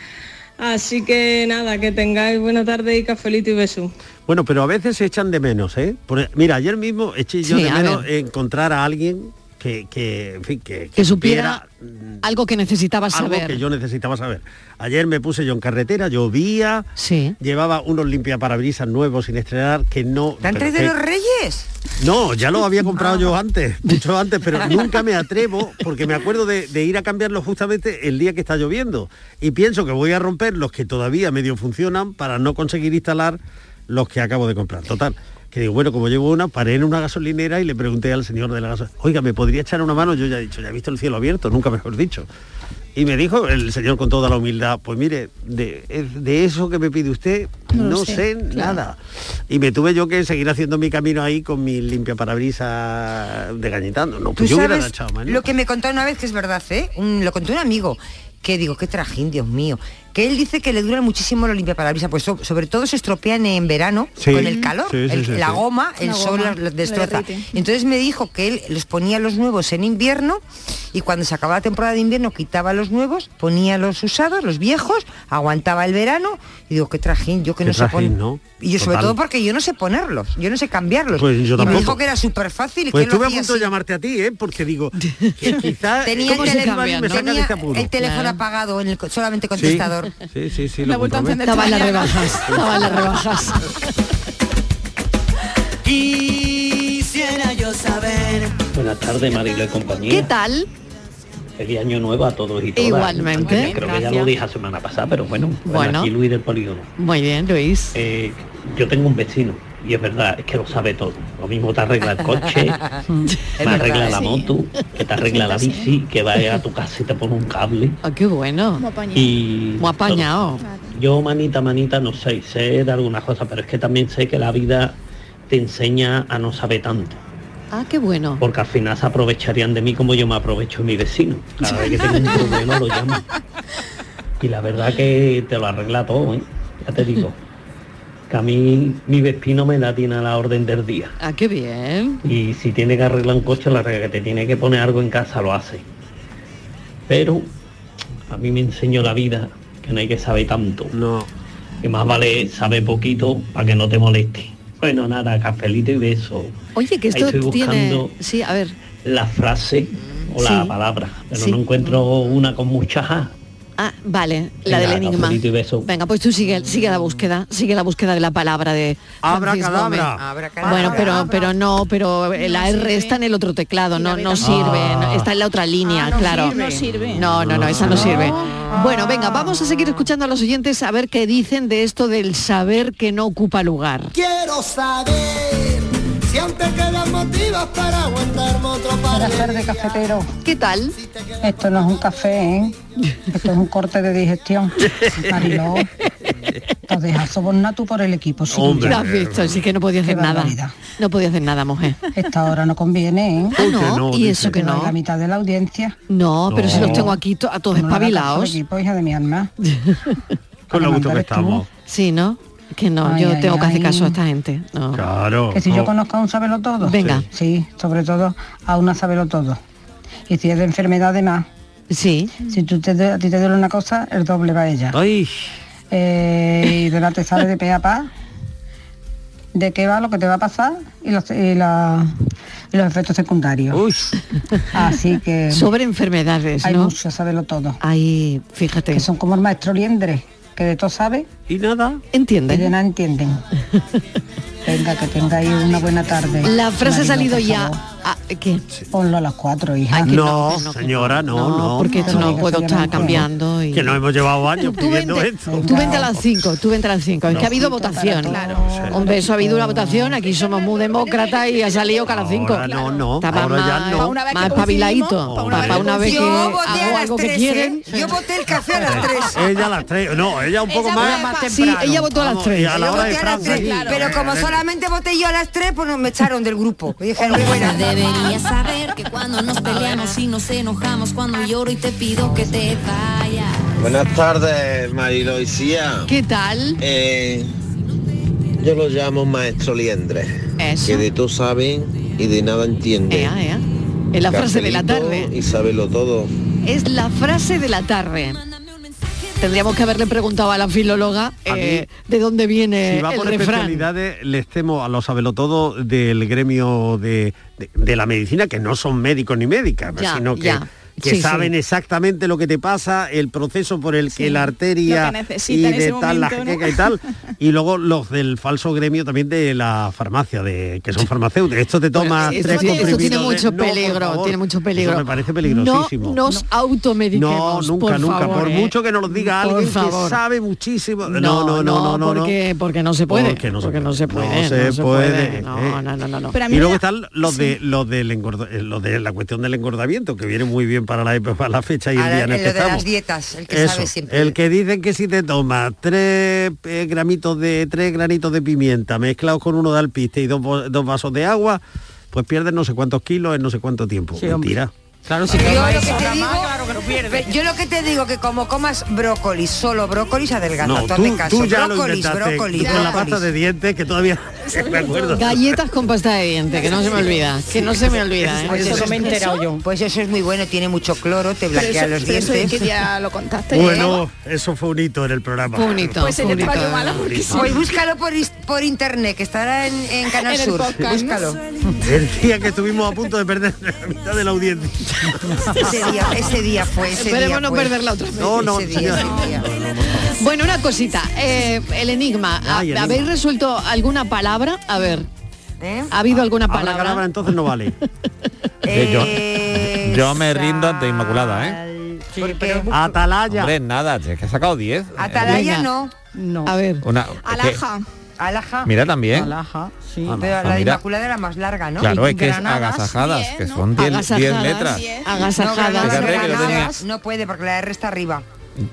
Speaker 22: Así que nada, que tengáis buena tarde y cafelito y beso.
Speaker 5: Bueno, pero a veces se echan de menos, ¿eh? Por- mira, ayer mismo eché yo
Speaker 22: Sí,
Speaker 5: de
Speaker 22: a
Speaker 5: menos encontrar a alguien que, que, en fin, que,
Speaker 4: Que supiera algo que necesitaba
Speaker 5: mm, algo
Speaker 4: saber.
Speaker 5: que yo necesitaba saber. Ayer me puse yo en carretera, llovía, llevaba unos limpiaparabrisas nuevos sin estrenar que no.
Speaker 6: ¿Te han
Speaker 5: pero
Speaker 6: traído
Speaker 5: que-
Speaker 6: los reyes?
Speaker 5: No, ya los había comprado yo antes, mucho antes, pero nunca me atrevo porque me acuerdo de, de ir a cambiarlos justamente el día que está lloviendo y pienso que voy a romper los que todavía medio funcionan para no conseguir instalar los que acabo de comprar. Total, que digo, bueno, como llevo una, paré en una gasolinera y le pregunté al señor de la gasolina, oiga, ¿me podría echar una mano? Yo ya he dicho, ya he visto el cielo abierto, nunca mejor dicho. Y me dijo el señor con toda la humildad, pues mire, de, es- de eso que me pide usted,
Speaker 23: No
Speaker 5: no,
Speaker 23: lo
Speaker 5: sé,
Speaker 23: sé, claro.
Speaker 5: nada. Y me tuve yo que seguir haciendo mi camino ahí con mi limpia parabrisas de gañetando. No,
Speaker 6: Tú
Speaker 5: pues yo hubiera
Speaker 6: sabes
Speaker 5: agachado, man.
Speaker 6: lo que me contó una vez, que es verdad, ¿eh? Mm, Lo contó un amigo, que digo, qué trajín, Dios mío. Que él dice que le duran muchísimo los limpiaparabrisas, pues so- sobre todo se estropean en verano
Speaker 20: Sí,
Speaker 6: con el calor,
Speaker 20: sí, sí,
Speaker 6: el-
Speaker 20: sí,
Speaker 6: la
Speaker 20: sí.
Speaker 6: goma, el
Speaker 20: La
Speaker 6: sol
Speaker 20: goma,
Speaker 6: los- los
Speaker 20: lo
Speaker 6: destroza.
Speaker 20: derrite.
Speaker 6: Entonces me dijo que él los ponía los nuevos en invierno y cuando se acababa la temporada de invierno quitaba los nuevos, ponía los usados, los viejos, aguantaba el verano y digo, qué trajín, yo que
Speaker 5: Qué
Speaker 6: no sé
Speaker 5: trajín,
Speaker 6: poner.
Speaker 5: ¿no?
Speaker 6: Y yo sobre
Speaker 5: Total.
Speaker 6: todo porque yo no sé ponerlos, yo no sé cambiarlos.
Speaker 5: Pues yo
Speaker 6: y me
Speaker 5: tampoco.
Speaker 6: dijo que era súper fácil y
Speaker 5: Pues
Speaker 6: que él
Speaker 5: estuve
Speaker 6: lo
Speaker 5: a
Speaker 6: hacía
Speaker 5: punto de
Speaker 6: así.
Speaker 5: llamarte a ti, ¿eh? porque digo, que quizás
Speaker 6: Tenía el, teléfono, tenía el
Speaker 5: apagado.
Speaker 6: teléfono apagado, en el co- solamente
Speaker 5: Sí,
Speaker 6: contestador.
Speaker 5: Sí, sí, sí.
Speaker 6: La he vuelto a
Speaker 5: comprobé.
Speaker 6: encender Estaba en las mañana. rebajas, estaba en las
Speaker 4: rebajas.
Speaker 21: Quisiera yo saber.
Speaker 19: Buenas tardes, Marilo y compañía.
Speaker 4: ¿Qué tal?
Speaker 19: Feliz año nuevo a todos y todas.
Speaker 4: Igualmente.
Speaker 19: Aunque Creo que ya
Speaker 4: Gracias.
Speaker 19: lo dije la semana pasada, pero bueno.
Speaker 4: Bueno.
Speaker 19: Aquí Luis del Polígono.
Speaker 4: Muy bien, Luis.
Speaker 19: Eh, yo tengo un vecino y es verdad, es que lo sabe todo. Lo mismo te arregla el coche, te arregla la moto, que te arregla la bici, que va a tu casa y te pone un cable.
Speaker 4: Ah, qué bueno.
Speaker 19: Y
Speaker 4: Muy apañado.
Speaker 19: Yo manita, manita, no sé, sé de algunas cosas, pero es que también sé que la vida te enseña a no saber tanto.
Speaker 4: Ah, qué bueno.
Speaker 19: Porque al final se aprovecharían de mí como yo me aprovecho de mi vecino. Cada vez que tengo un problema lo llamo. Y la verdad que te lo arregla todo, ¿eh? Ya te digo. que a mí mi vecino me la tiene a la orden del día.
Speaker 4: Ah, qué bien.
Speaker 19: Y si tiene que arreglar un coche, la regla que te tiene que poner algo en casa lo hace. Pero a mí me enseñó la vida que no hay que saber tanto.
Speaker 5: No.
Speaker 19: Que más vale saber poquito para que no te moleste. Bueno, nada, cafelito y beso.
Speaker 4: Oye, que
Speaker 19: Ahí
Speaker 4: esto
Speaker 19: estoy
Speaker 4: tiene...
Speaker 19: buscando
Speaker 4: Sí, a ver.
Speaker 19: la frase o la
Speaker 4: Sí.
Speaker 19: palabra, pero
Speaker 4: Sí.
Speaker 19: no encuentro una con mucha ja.
Speaker 4: Ah, vale, la
Speaker 19: Venga,
Speaker 4: del enigma.
Speaker 19: cafelito y beso.
Speaker 4: Venga, pues tú sigue, sigue la búsqueda, sigue la búsqueda de la palabra de Francisco
Speaker 5: Abracadabra.
Speaker 4: Gómez. Bueno, pero pero no, pero eh, la R está en el otro teclado, no no sirve, no- está en la otra línea, claro.
Speaker 18: sirve. Ah, No sirve.
Speaker 4: No, no, no, esa no sirve. Bueno, venga, vamos a seguir escuchando a los oyentes a ver qué dicen de esto del saber que no ocupa lugar.
Speaker 15: Quiero saber si antes que las motivas para aguantarme otro par
Speaker 7: Buenas
Speaker 15: de
Speaker 7: tardes, cafetero.
Speaker 4: ¿Qué tal?
Speaker 7: Esto no es un café, ¿eh? Esto es un corte de digestión. Mariló, nos dejas sobornar tú por el equipo. sí.
Speaker 4: Hombre. Lo has visto, así que no podía hacer
Speaker 7: Qué
Speaker 4: nada.
Speaker 7: barbaridad.
Speaker 4: No podía hacer nada, mujer.
Speaker 7: Esta hora no conviene, ¿eh?
Speaker 4: Ah, Uy, que no, no, y dice. eso que
Speaker 7: Te doy
Speaker 4: no.
Speaker 7: La mitad de la audiencia.
Speaker 4: No, pero si los tengo aquí to- a todos
Speaker 7: No le hagas caso al
Speaker 4: espabilados.
Speaker 7: equipo, hija de mi alma.
Speaker 5: Con lo gusto que estamos.
Speaker 4: Sí, ¿no? Que no,
Speaker 7: Ay,
Speaker 4: yo
Speaker 7: ay,
Speaker 4: tengo que hacer
Speaker 7: ay.
Speaker 4: caso a esta gente. No.
Speaker 5: Claro.
Speaker 7: Que si yo conozco a un sabelo todo.
Speaker 4: Venga.
Speaker 7: Sí, sobre todo a una sabelo todo. Y si es de enfermedad además.
Speaker 4: Sí.
Speaker 7: Si tú te, du- a ti te duele una cosa, el doble va a ella.
Speaker 5: Ay.
Speaker 7: Eh, y de la te sabe de pe a pa. De qué va lo que te va a pasar y los, y la- y los efectos secundarios. Así que.
Speaker 4: Sobre enfermedades,
Speaker 7: hay
Speaker 4: ¿no?
Speaker 7: mucho sabelo todo.
Speaker 4: Ahí, fíjate.
Speaker 7: Que son como el maestro liendre, que de todo sabe.
Speaker 5: Y nada.
Speaker 4: Entienden.
Speaker 7: Y de nada entienden. Venga, que tengáis una buena tarde.
Speaker 4: La frase ha
Speaker 7: Marilo,
Speaker 4: salido
Speaker 7: por
Speaker 4: ya.
Speaker 7: favor.
Speaker 4: Ah, ¿Qué? pues
Speaker 7: Ponlo a las cuatro, hija.
Speaker 5: no, señora, no, no,
Speaker 4: porque esto no puedo estar cambiando y-
Speaker 5: Que nos hemos llevado años
Speaker 4: Tú
Speaker 5: pidiendo
Speaker 4: vente,
Speaker 5: esto.
Speaker 4: tú vente a las 5, tú vente a las 5. Es
Speaker 5: No.
Speaker 4: que ha habido votación. Hombre, eso ha habido una votación. Aquí somos muy demócratas y ha salido que a las 5.
Speaker 5: Ahora no, no,
Speaker 4: Está más-
Speaker 5: ahora ya
Speaker 4: más-
Speaker 5: no.
Speaker 4: Más,
Speaker 5: Pa' una vez
Speaker 4: más
Speaker 5: que coincidimos, pa'
Speaker 4: espabiladito. Pa- pa' una vez que
Speaker 6: Yo
Speaker 4: hago
Speaker 6: voté a las
Speaker 4: Ah, algo que
Speaker 6: 3,
Speaker 4: quieren.
Speaker 6: ¿eh? Yo voté el café a las 3.
Speaker 5: Ella a las tres, no, ella un poco
Speaker 6: Ella
Speaker 5: más,
Speaker 6: fue más
Speaker 4: Sí, temprano. ella votó a las
Speaker 5: Vamos,
Speaker 4: tres.
Speaker 5: y a la
Speaker 4: Yo
Speaker 5: hora
Speaker 4: voté
Speaker 5: de
Speaker 4: a las
Speaker 5: Francia.
Speaker 4: tres, claro.
Speaker 6: Pero como
Speaker 5: Eh,
Speaker 6: solamente voté yo a las 3, pues no- me echaron del grupo. Me dijeron, bueno,
Speaker 24: Deberías saber que cuando nos peleamos y nos enojamos, cuando lloro y te pido que te vayas.
Speaker 16: Buenas tardes, Mariloisía.
Speaker 4: ¿Qué tal?
Speaker 16: Eh, yo lo llamo maestro liendre.
Speaker 4: Eso.
Speaker 16: Que de todo saben y de nada entienden.
Speaker 4: Ea, ea. Es la frase de la
Speaker 16: Cafelito
Speaker 4: tarde.
Speaker 16: Y saberlo todo.
Speaker 4: Es la frase de la tarde. Tendríamos que haberle preguntado a la filóloga
Speaker 5: A
Speaker 4: eh, de dónde viene
Speaker 5: Si va
Speaker 4: Eh, el
Speaker 5: por
Speaker 4: refrán.
Speaker 5: especialidades, les temo a los todo del gremio de, de- de la medicina, que no son médicos ni médicas,
Speaker 4: Ya,
Speaker 5: sino que,
Speaker 4: ya.
Speaker 5: que
Speaker 4: Sí, sí.
Speaker 5: saben exactamente lo que te pasa, el proceso por el que la arteria
Speaker 18: lo que
Speaker 5: y
Speaker 18: necesita en
Speaker 5: de
Speaker 18: ese
Speaker 5: tal, la
Speaker 18: momento, ¿no?
Speaker 5: jaqueca y tal. Y luego los del falso gremio también de la farmacia, de que son farmacéuticos. Esto te toma
Speaker 4: Esto
Speaker 5: Ah, tres
Speaker 4: tiene, esto tiene
Speaker 5: comprimidos de-
Speaker 4: mucho
Speaker 5: No, por
Speaker 4: peligro,
Speaker 5: favor.
Speaker 4: tiene mucho
Speaker 5: Eso
Speaker 4: peligro.
Speaker 5: me parece peligrosísimo.
Speaker 4: No nos automediquemos.
Speaker 5: No, nunca,
Speaker 4: por
Speaker 5: nunca.
Speaker 4: favor,
Speaker 5: Por
Speaker 4: ¿eh?
Speaker 5: mucho que nos lo diga
Speaker 4: Por
Speaker 5: alguien que
Speaker 4: favor.
Speaker 5: sabe muchísimo. No, no, no, no, no, no.
Speaker 4: porque, porque no se puede. Porque no se, puede.
Speaker 5: No se puede, Eh,
Speaker 4: No, no, no, no, no.
Speaker 5: y luego están los de los del engorda- eh, los de la cuestión del engordamiento que viene muy bien para la, época- para la fecha y el
Speaker 6: a
Speaker 5: día
Speaker 6: la-
Speaker 5: en el
Speaker 6: en
Speaker 5: que
Speaker 6: lo de las
Speaker 5: estamos.
Speaker 6: dietas, el que
Speaker 5: Eso, Eh.
Speaker 6: sabe siempre.
Speaker 5: el que dicen que si te tomas tres eh, gramitos de tres granitos de pimienta mezclados con uno de alpiste y dos, vo- dos vasos de agua, pues pierdes no sé cuántos kilos en no sé cuánto tiempo.
Speaker 6: Sí, hombre.
Speaker 5: Mentira. Claro,
Speaker 6: Yo lo que te digo, Pe- yo lo que te digo que como comas brócoli, solo brócolis adelgaza,
Speaker 5: No, tú,
Speaker 6: hazme caso.
Speaker 5: tú ya lo
Speaker 6: brócolis,
Speaker 5: intentaste
Speaker 6: brócolis,
Speaker 5: con la
Speaker 6: brócolis.
Speaker 5: pasta de dientes que todavía me acuerdo.
Speaker 4: Galletas con pasta de diente, que no se me olvida. Que no se me olvida. ¿eh?
Speaker 6: yo. Pues eso es muy bueno, tiene mucho cloro, te
Speaker 18: Pero
Speaker 6: blanquea
Speaker 18: eso-
Speaker 6: los
Speaker 18: pero eso
Speaker 6: dientes.
Speaker 18: es que ya lo contaste. ¿eh?
Speaker 5: Bueno, eso fue un hito en el programa.
Speaker 6: Fue un hito, Pues fue un ella te hito.
Speaker 18: malo
Speaker 5: Fue un hito.
Speaker 6: Pues búscalo por, is- por internet, que estará en, en Canal
Speaker 18: En el
Speaker 6: Sur.
Speaker 18: podcast,
Speaker 6: búscalo.
Speaker 5: El día que estuvimos a punto de perder la mitad de la audiencia.
Speaker 6: Ese día, ese día fue, ese
Speaker 4: Esperemos
Speaker 6: día
Speaker 4: no
Speaker 6: fue.
Speaker 4: perderla otra vez.
Speaker 5: No, no,
Speaker 4: Ese día,
Speaker 5: señora.
Speaker 4: ese día. Bueno, una cosita. eh, el enigma. ¿Ha-
Speaker 5: Ay, enigma.
Speaker 4: ¿Habéis resuelto alguna palabra? A ver.
Speaker 6: ¿Eh?
Speaker 4: ¿Ha habido alguna
Speaker 5: Ahora
Speaker 4: palabra?
Speaker 5: Calabra, Ah, entonces no vale.
Speaker 9: yo, yo me rindo ante Inmaculada, ¿eh?
Speaker 5: Atalaya.
Speaker 9: Hombre, nada, es que he sacado 10.
Speaker 6: Atalaya
Speaker 9: Venga.
Speaker 6: no.
Speaker 4: No. A ver.
Speaker 9: Una, es que-
Speaker 6: Alaja.
Speaker 9: Mira también.
Speaker 6: Alaja, sí.
Speaker 9: Alaja,
Speaker 6: Pero la de
Speaker 9: ah, pues mira.
Speaker 6: Inmaculada era más larga, ¿no?
Speaker 9: Claro, es que es agasajadas, que son 10
Speaker 6: Agasajadas,
Speaker 9: letras.
Speaker 6: No,
Speaker 9: ¿Te crees que lo tenía?
Speaker 6: Granadas no puede porque la R está arriba.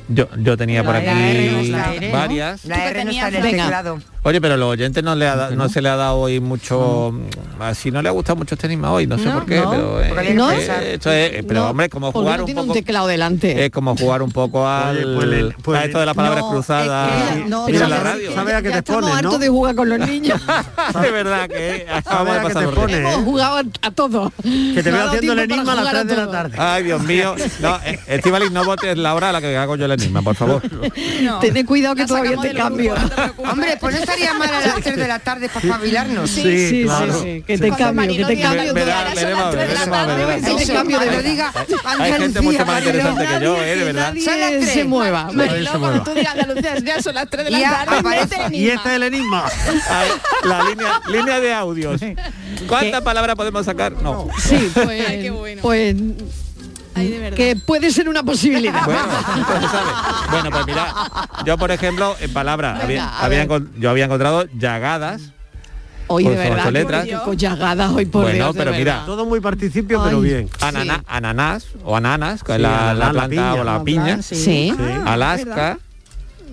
Speaker 9: Yo, yo tenía por aquí varias.
Speaker 6: La R no está en el
Speaker 4: Venga.
Speaker 6: teclado.
Speaker 9: Oye, pero los oyentes no, le ha da- no se le ha dado hoy mucho... mm, Así no le ha gustado mucho este enigma hoy, no sé
Speaker 4: No,
Speaker 9: por qué,
Speaker 4: no,
Speaker 9: pero... eh,
Speaker 4: porque le
Speaker 9: eh,
Speaker 4: interesa.
Speaker 9: esto es, pero
Speaker 4: No,
Speaker 9: hombre, como
Speaker 4: porque
Speaker 9: jugar
Speaker 4: no
Speaker 9: un
Speaker 4: tiene
Speaker 9: poco...
Speaker 4: un teclado delante.
Speaker 9: Es como jugar un poco al, a esto de las palabras cruzadas.
Speaker 4: no,
Speaker 9: Mira
Speaker 4: pero
Speaker 9: la
Speaker 4: ya-
Speaker 9: radio.
Speaker 4: ya- ya estamos hartos de jugar con los niños.
Speaker 9: de verdad que acabamos de
Speaker 5: que
Speaker 9: pasar
Speaker 5: te
Speaker 9: los
Speaker 5: pone,
Speaker 9: reyes.
Speaker 5: ¿eh?
Speaker 4: Hemos jugado a, a todo.
Speaker 5: Que te
Speaker 4: No
Speaker 5: veo
Speaker 4: ha dado
Speaker 5: haciendo el
Speaker 4: tiempo
Speaker 5: enigma a
Speaker 4: para
Speaker 5: las
Speaker 4: jugar
Speaker 5: 3 de la
Speaker 4: todo.
Speaker 5: tarde.
Speaker 9: Ay, Dios mío. No, eh, Estivali, no votes la hora a la que hago yo el enigma, por favor.
Speaker 4: Tened cuidado que todavía te cambio.
Speaker 6: Hombre, pues no estaría mal a las 3 de la tarde para espabilarnos.
Speaker 4: Sí, Sí, sí, claro. sí, que te Sí. cambio, que te cambio,
Speaker 9: Verá, veremos, veremos, veremos.
Speaker 4: que te cambio de
Speaker 6: Eso,
Speaker 4: verdad.
Speaker 6: diga
Speaker 9: Hay gente mucho más
Speaker 6: Mariló.
Speaker 9: interesante que yo, eh, de verdad.
Speaker 4: Son las tres. se mueva.
Speaker 9: Nadie se mueva.
Speaker 18: ya son las 3 de
Speaker 6: Y
Speaker 18: la tarde.
Speaker 6: aparece-
Speaker 18: mete el
Speaker 5: Y
Speaker 18: enigma.
Speaker 5: este es el enigma.
Speaker 9: Ay, La línea, línea de audios. ¿Cuántas palabras podemos sacar? No.
Speaker 4: Sí, pues, pues que puede ser una posibilidad.
Speaker 9: Bueno, pues, ¿sabes? Bueno, pues mira, yo por ejemplo, en palabras, había,
Speaker 4: a
Speaker 9: había encon- yo había encontrado llagadas.
Speaker 4: Hoy
Speaker 9: por
Speaker 4: de
Speaker 9: sus ocho
Speaker 4: verdad.
Speaker 9: letras.
Speaker 4: qué collagadas hoy por
Speaker 9: Bueno,
Speaker 4: Dios, de
Speaker 9: pero mira,
Speaker 4: verdad.
Speaker 5: Todo muy participio,
Speaker 4: Ay,
Speaker 5: pero bien.
Speaker 9: Anana- Ananás o ananas, que es
Speaker 5: Sí,
Speaker 9: la,
Speaker 5: ananá,
Speaker 9: la
Speaker 5: la
Speaker 9: planta
Speaker 5: piña.
Speaker 9: o la
Speaker 5: Ah,
Speaker 9: piña.
Speaker 4: sí. Sí. Ah,
Speaker 9: Alaska,
Speaker 4: verdad.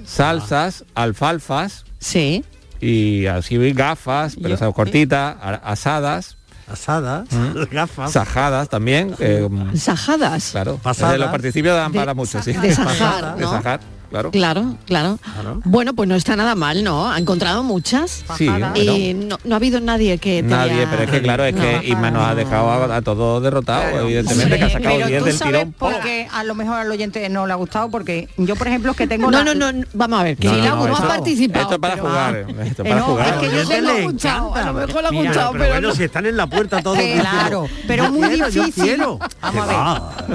Speaker 9: salsas, alfalfas.
Speaker 4: Sí. eh,
Speaker 9: Y así gafas, pero esas cortitas, a- asadas. Mm,
Speaker 5: Asadas, gafas.
Speaker 9: Sajadas también. eh,
Speaker 4: Sajadas.
Speaker 9: claro.
Speaker 5: Pasadas.
Speaker 9: Desde los participios dan
Speaker 4: De-
Speaker 9: para mucho, sí.
Speaker 4: de sajar,
Speaker 9: De
Speaker 4: ¿no?
Speaker 9: sajar, claro.
Speaker 4: Claro, claro.
Speaker 9: Claro.
Speaker 4: Bueno, pues no está nada mal, ¿no? Ha encontrado muchas.
Speaker 9: Sí,
Speaker 4: y no, no ha habido nadie que te
Speaker 9: Nadie,
Speaker 4: haya-
Speaker 9: pero es que claro, es que Isma nos ha dejado a, a todos derrotados, evidentemente, que ha sacado 10 del tirón.
Speaker 8: porque a lo mejor al oyente no le ha gustado porque yo por ejemplo es que tengo
Speaker 4: No, no,
Speaker 8: la-
Speaker 4: no, no, vamos a ver, que
Speaker 9: No,
Speaker 4: si
Speaker 9: no,
Speaker 4: la
Speaker 9: no,
Speaker 4: uno ha
Speaker 9: esto-
Speaker 4: participado.
Speaker 9: Esto es para
Speaker 4: pero-
Speaker 9: jugar,
Speaker 4: Ah.
Speaker 9: eh, esto es
Speaker 4: Eh,
Speaker 9: para
Speaker 4: no,
Speaker 9: jugar.
Speaker 4: es que yo tengo gustado, a lo mejor lo ha gustado,
Speaker 5: pero,
Speaker 4: pero
Speaker 5: bueno,
Speaker 4: no.
Speaker 5: si están en la puerta todos.
Speaker 8: Eh, claro, pero muy difícil.
Speaker 5: Vamos a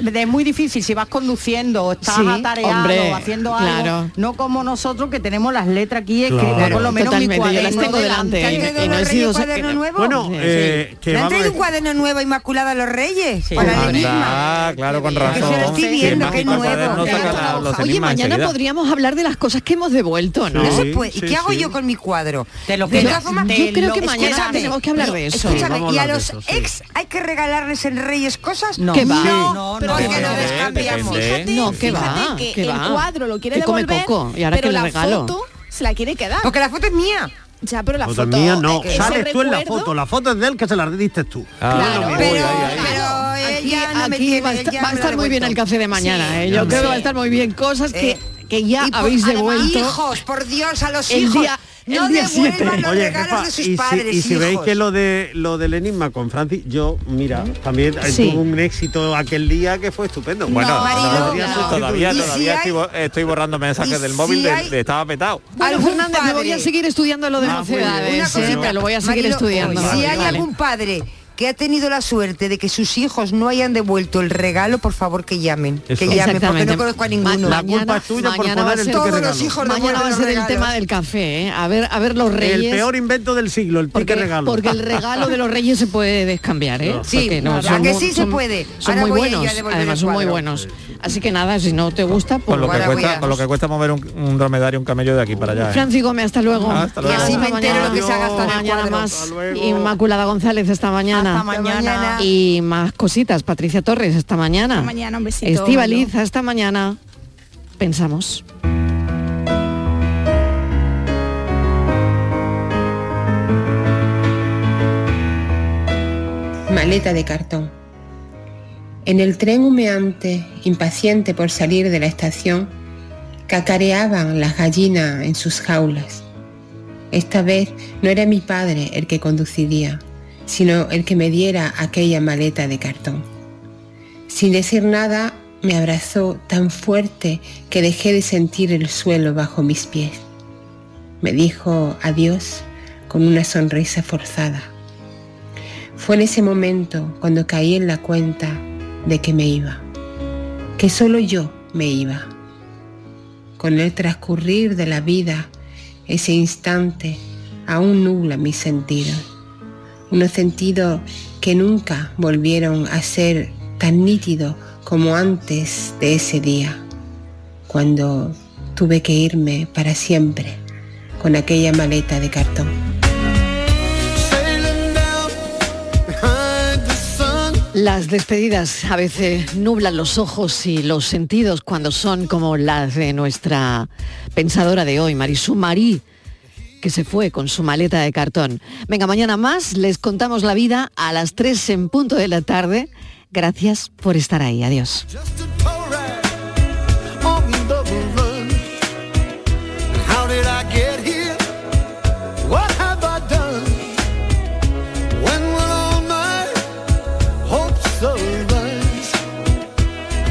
Speaker 5: ver.
Speaker 8: es muy difícil si vas conduciendo o estás
Speaker 4: Sí,
Speaker 8: atareado
Speaker 4: hombre,
Speaker 8: haciendo algo
Speaker 4: claro.
Speaker 8: no como nosotros que tenemos las letras aquí es que
Speaker 5: Claro.
Speaker 8: por lo menos mi
Speaker 4: Totalmente, yo las
Speaker 8: cuaderno
Speaker 4: tengo delante,
Speaker 8: delante.
Speaker 4: ¿eh?
Speaker 6: ¿Te han traído
Speaker 4: Y no he
Speaker 6: los
Speaker 4: sido-
Speaker 6: Reyes cuaderno nuevo?
Speaker 5: Bueno, eh, que
Speaker 6: ¿Le han
Speaker 5: vamos a
Speaker 6: traído
Speaker 5: ver.
Speaker 6: un cuaderno nuevo Inmaculada a los Reyes? Para el enigma.
Speaker 9: Ah, claro, con razón.
Speaker 6: lo estoy
Speaker 9: Sí,
Speaker 6: viendo,
Speaker 9: más
Speaker 6: que es
Speaker 9: cosas
Speaker 6: nuevo.
Speaker 9: de- no saca la- los
Speaker 4: Oye,
Speaker 9: enigmas
Speaker 4: mañana
Speaker 9: enseguida.
Speaker 4: podríamos hablar de las cosas que hemos devuelto, ¿no?
Speaker 6: No se puede. pues, ¿Y qué hago yo con mi cuadro?
Speaker 8: Te lo
Speaker 6: De
Speaker 8: juro.
Speaker 6: todas formas,
Speaker 8: Te
Speaker 4: yo creo que
Speaker 8: lo-
Speaker 4: mañana
Speaker 8: escúchame,
Speaker 4: tenemos que hablar de eso.
Speaker 6: Escúchame,
Speaker 9: vamos a
Speaker 6: ¿y a
Speaker 9: hablar de
Speaker 6: los
Speaker 9: eso, sí.
Speaker 6: ex hay que regalarles en Reyes cosas?
Speaker 4: No. ¿Qué va?
Speaker 6: No,
Speaker 8: No, no,
Speaker 6: porque
Speaker 8: no.
Speaker 6: lo
Speaker 9: Depende,
Speaker 6: descambiamos.
Speaker 9: depende.
Speaker 4: No, que va,
Speaker 18: Fíjate que
Speaker 4: que
Speaker 18: el
Speaker 4: va.
Speaker 18: cuadro lo quiere
Speaker 4: Que come
Speaker 18: devolver,
Speaker 4: coco, y ahora
Speaker 18: pero
Speaker 4: que le
Speaker 18: la
Speaker 4: regalo.
Speaker 18: foto se la quiere quedar.
Speaker 6: Porque la foto es mía.
Speaker 18: Ya, pero la
Speaker 5: Foto
Speaker 18: foto
Speaker 5: mía no,
Speaker 18: ese
Speaker 5: sales tú en la
Speaker 18: recuerdo-
Speaker 5: foto, la foto es de él que se la diste tú.
Speaker 14: Ah,
Speaker 6: Claro,
Speaker 9: uy,
Speaker 6: pero,
Speaker 9: ahí, ahí.
Speaker 6: pero
Speaker 4: Aquí,
Speaker 6: ella no me
Speaker 4: aquí
Speaker 6: quiere,
Speaker 4: va, a
Speaker 6: ella
Speaker 4: estar-
Speaker 6: me
Speaker 4: va a
Speaker 6: la ha
Speaker 4: estar muy bien el
Speaker 6: devuelto.
Speaker 4: café de mañana, ¿eh? Yo
Speaker 9: Sí.
Speaker 4: creo que va a estar muy bien. Cosas que,
Speaker 6: Eh,
Speaker 4: que ya
Speaker 6: Y por-
Speaker 4: habéis
Speaker 6: además,
Speaker 4: devuelto.
Speaker 6: Hijos, por Dios, a los
Speaker 4: el
Speaker 6: hijos.
Speaker 4: día-
Speaker 6: no
Speaker 4: el día
Speaker 6: devuelvan
Speaker 4: siete.
Speaker 6: los
Speaker 5: Oye,
Speaker 6: regalos
Speaker 5: jefa,
Speaker 6: de
Speaker 5: y
Speaker 6: sus
Speaker 5: si,
Speaker 6: padres,
Speaker 5: y si
Speaker 6: hijos.
Speaker 5: veis que lo de lo del enigma con Francis, yo, mira, también eh,
Speaker 4: Sí.
Speaker 5: tuvo un éxito aquel día que fue estupendo.
Speaker 9: Bueno,
Speaker 6: Marilo,
Speaker 9: todavía,
Speaker 6: no.
Speaker 9: todavía,
Speaker 6: ¿Y si
Speaker 9: todavía
Speaker 6: hay-
Speaker 9: estoy, bo- estoy borrando mensajes
Speaker 6: ¿Y
Speaker 9: del
Speaker 6: si
Speaker 9: móvil de,
Speaker 6: hay-
Speaker 9: de estaba petado.
Speaker 4: Bueno,
Speaker 6: algún
Speaker 4: Fernández, me voy a
Speaker 6: padre.
Speaker 4: seguir estudiando lo de
Speaker 5: Ah, muy bien.
Speaker 6: Una
Speaker 4: mocedades, ¿eh?
Speaker 6: cosita,
Speaker 4: Lo voy a seguir
Speaker 6: Marilo,
Speaker 4: estudiando.
Speaker 6: Si hay
Speaker 4: Vale.
Speaker 6: algún padre que ha tenido la suerte de que sus hijos no hayan devuelto el regalo, por favor que llamen. Que
Speaker 5: Eso.
Speaker 6: llamen, porque
Speaker 4: Exactamente.
Speaker 6: no conozco a
Speaker 4: Ma-
Speaker 6: ninguno.
Speaker 4: mañana-
Speaker 5: culpa es tuya por
Speaker 4: mañana va
Speaker 5: poner
Speaker 4: a
Speaker 5: el
Speaker 4: ser-
Speaker 5: toque
Speaker 6: Todos los
Speaker 5: regalo.
Speaker 6: hijos
Speaker 4: Mañana va a
Speaker 6: devuelven
Speaker 4: ser
Speaker 6: los
Speaker 4: el tema
Speaker 6: regalos.
Speaker 4: del café, ¿eh? A ver, a ver los reyes.
Speaker 5: El peor invento del siglo, el
Speaker 4: Porque,
Speaker 5: pique regalo.
Speaker 4: porque el regalo de los reyes se puede descambiar, ¿eh?
Speaker 6: Sí,
Speaker 4: Porque no,
Speaker 6: ¿verdad
Speaker 4: son
Speaker 6: que
Speaker 4: mu-
Speaker 6: sí se
Speaker 4: son-
Speaker 6: puede?
Speaker 4: Son
Speaker 6: Ahora
Speaker 4: muy
Speaker 6: voy a ir a
Speaker 4: buenos,
Speaker 6: devolver
Speaker 4: además
Speaker 6: el
Speaker 4: son muy
Speaker 6: cuadro.
Speaker 4: buenos. Así que nada, si no te gusta, pues...
Speaker 9: Con lo, que
Speaker 6: Ahora voy
Speaker 9: cuesta,
Speaker 6: a-
Speaker 9: con lo que cuesta mover un, un dromedario, un camello de aquí para allá. ¿eh?
Speaker 4: Francis Gómez, hasta luego.
Speaker 9: Hasta luego.
Speaker 6: Y así me entero lo que se ha gastado en el
Speaker 4: mañana
Speaker 6: cuadro.
Speaker 4: más Inmaculada González esta mañana.
Speaker 8: Hasta mañana.
Speaker 4: Y más cositas, Patricia Torres esta mañana.
Speaker 18: Hasta mañana, un besito,
Speaker 4: Estivaliz, hasta mañana. Pensamos.
Speaker 1: Maleta de cartón. En el tren humeante, impaciente por salir de la estación, cacareaban las gallinas en sus jaulas. Esta vez no era mi padre el que conduciría, sino el que me diera aquella maleta de cartón. Sin decir nada, me abrazó tan fuerte que dejé de sentir el suelo bajo mis pies. Me dijo adiós con una sonrisa forzada. Fue en ese momento cuando caí en la cuenta de que me iba, que solo yo me iba. Con el transcurrir de la vida, ese instante aún nubla mis sentidos, unos sentidos que nunca volvieron a ser tan nítidos como antes de ese día, cuando tuve que irme para siempre con aquella maleta de cartón.
Speaker 14: Sailing down behind the sun.
Speaker 4: Las despedidas a veces nublan los ojos y los sentidos cuando son como las de nuestra pensadora de hoy, Marisú Marí, que se fue con su maleta de cartón. Venga, mañana más les contamos la vida a las 3 en punto de la tarde. Gracias por estar ahí. Adiós.
Speaker 14: on the run. How did I get here? What have I done? When will all my hopes arise?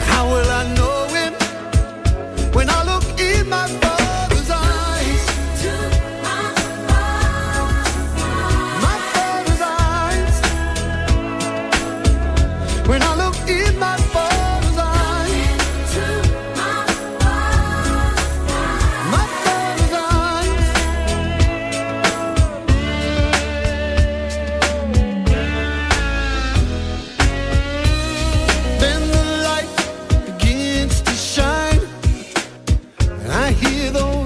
Speaker 14: How will I know him when I look in my father's eyes? My father's eyes. When I look in my father's eyes. My father's eyes. Then the light begins to shine. I hear those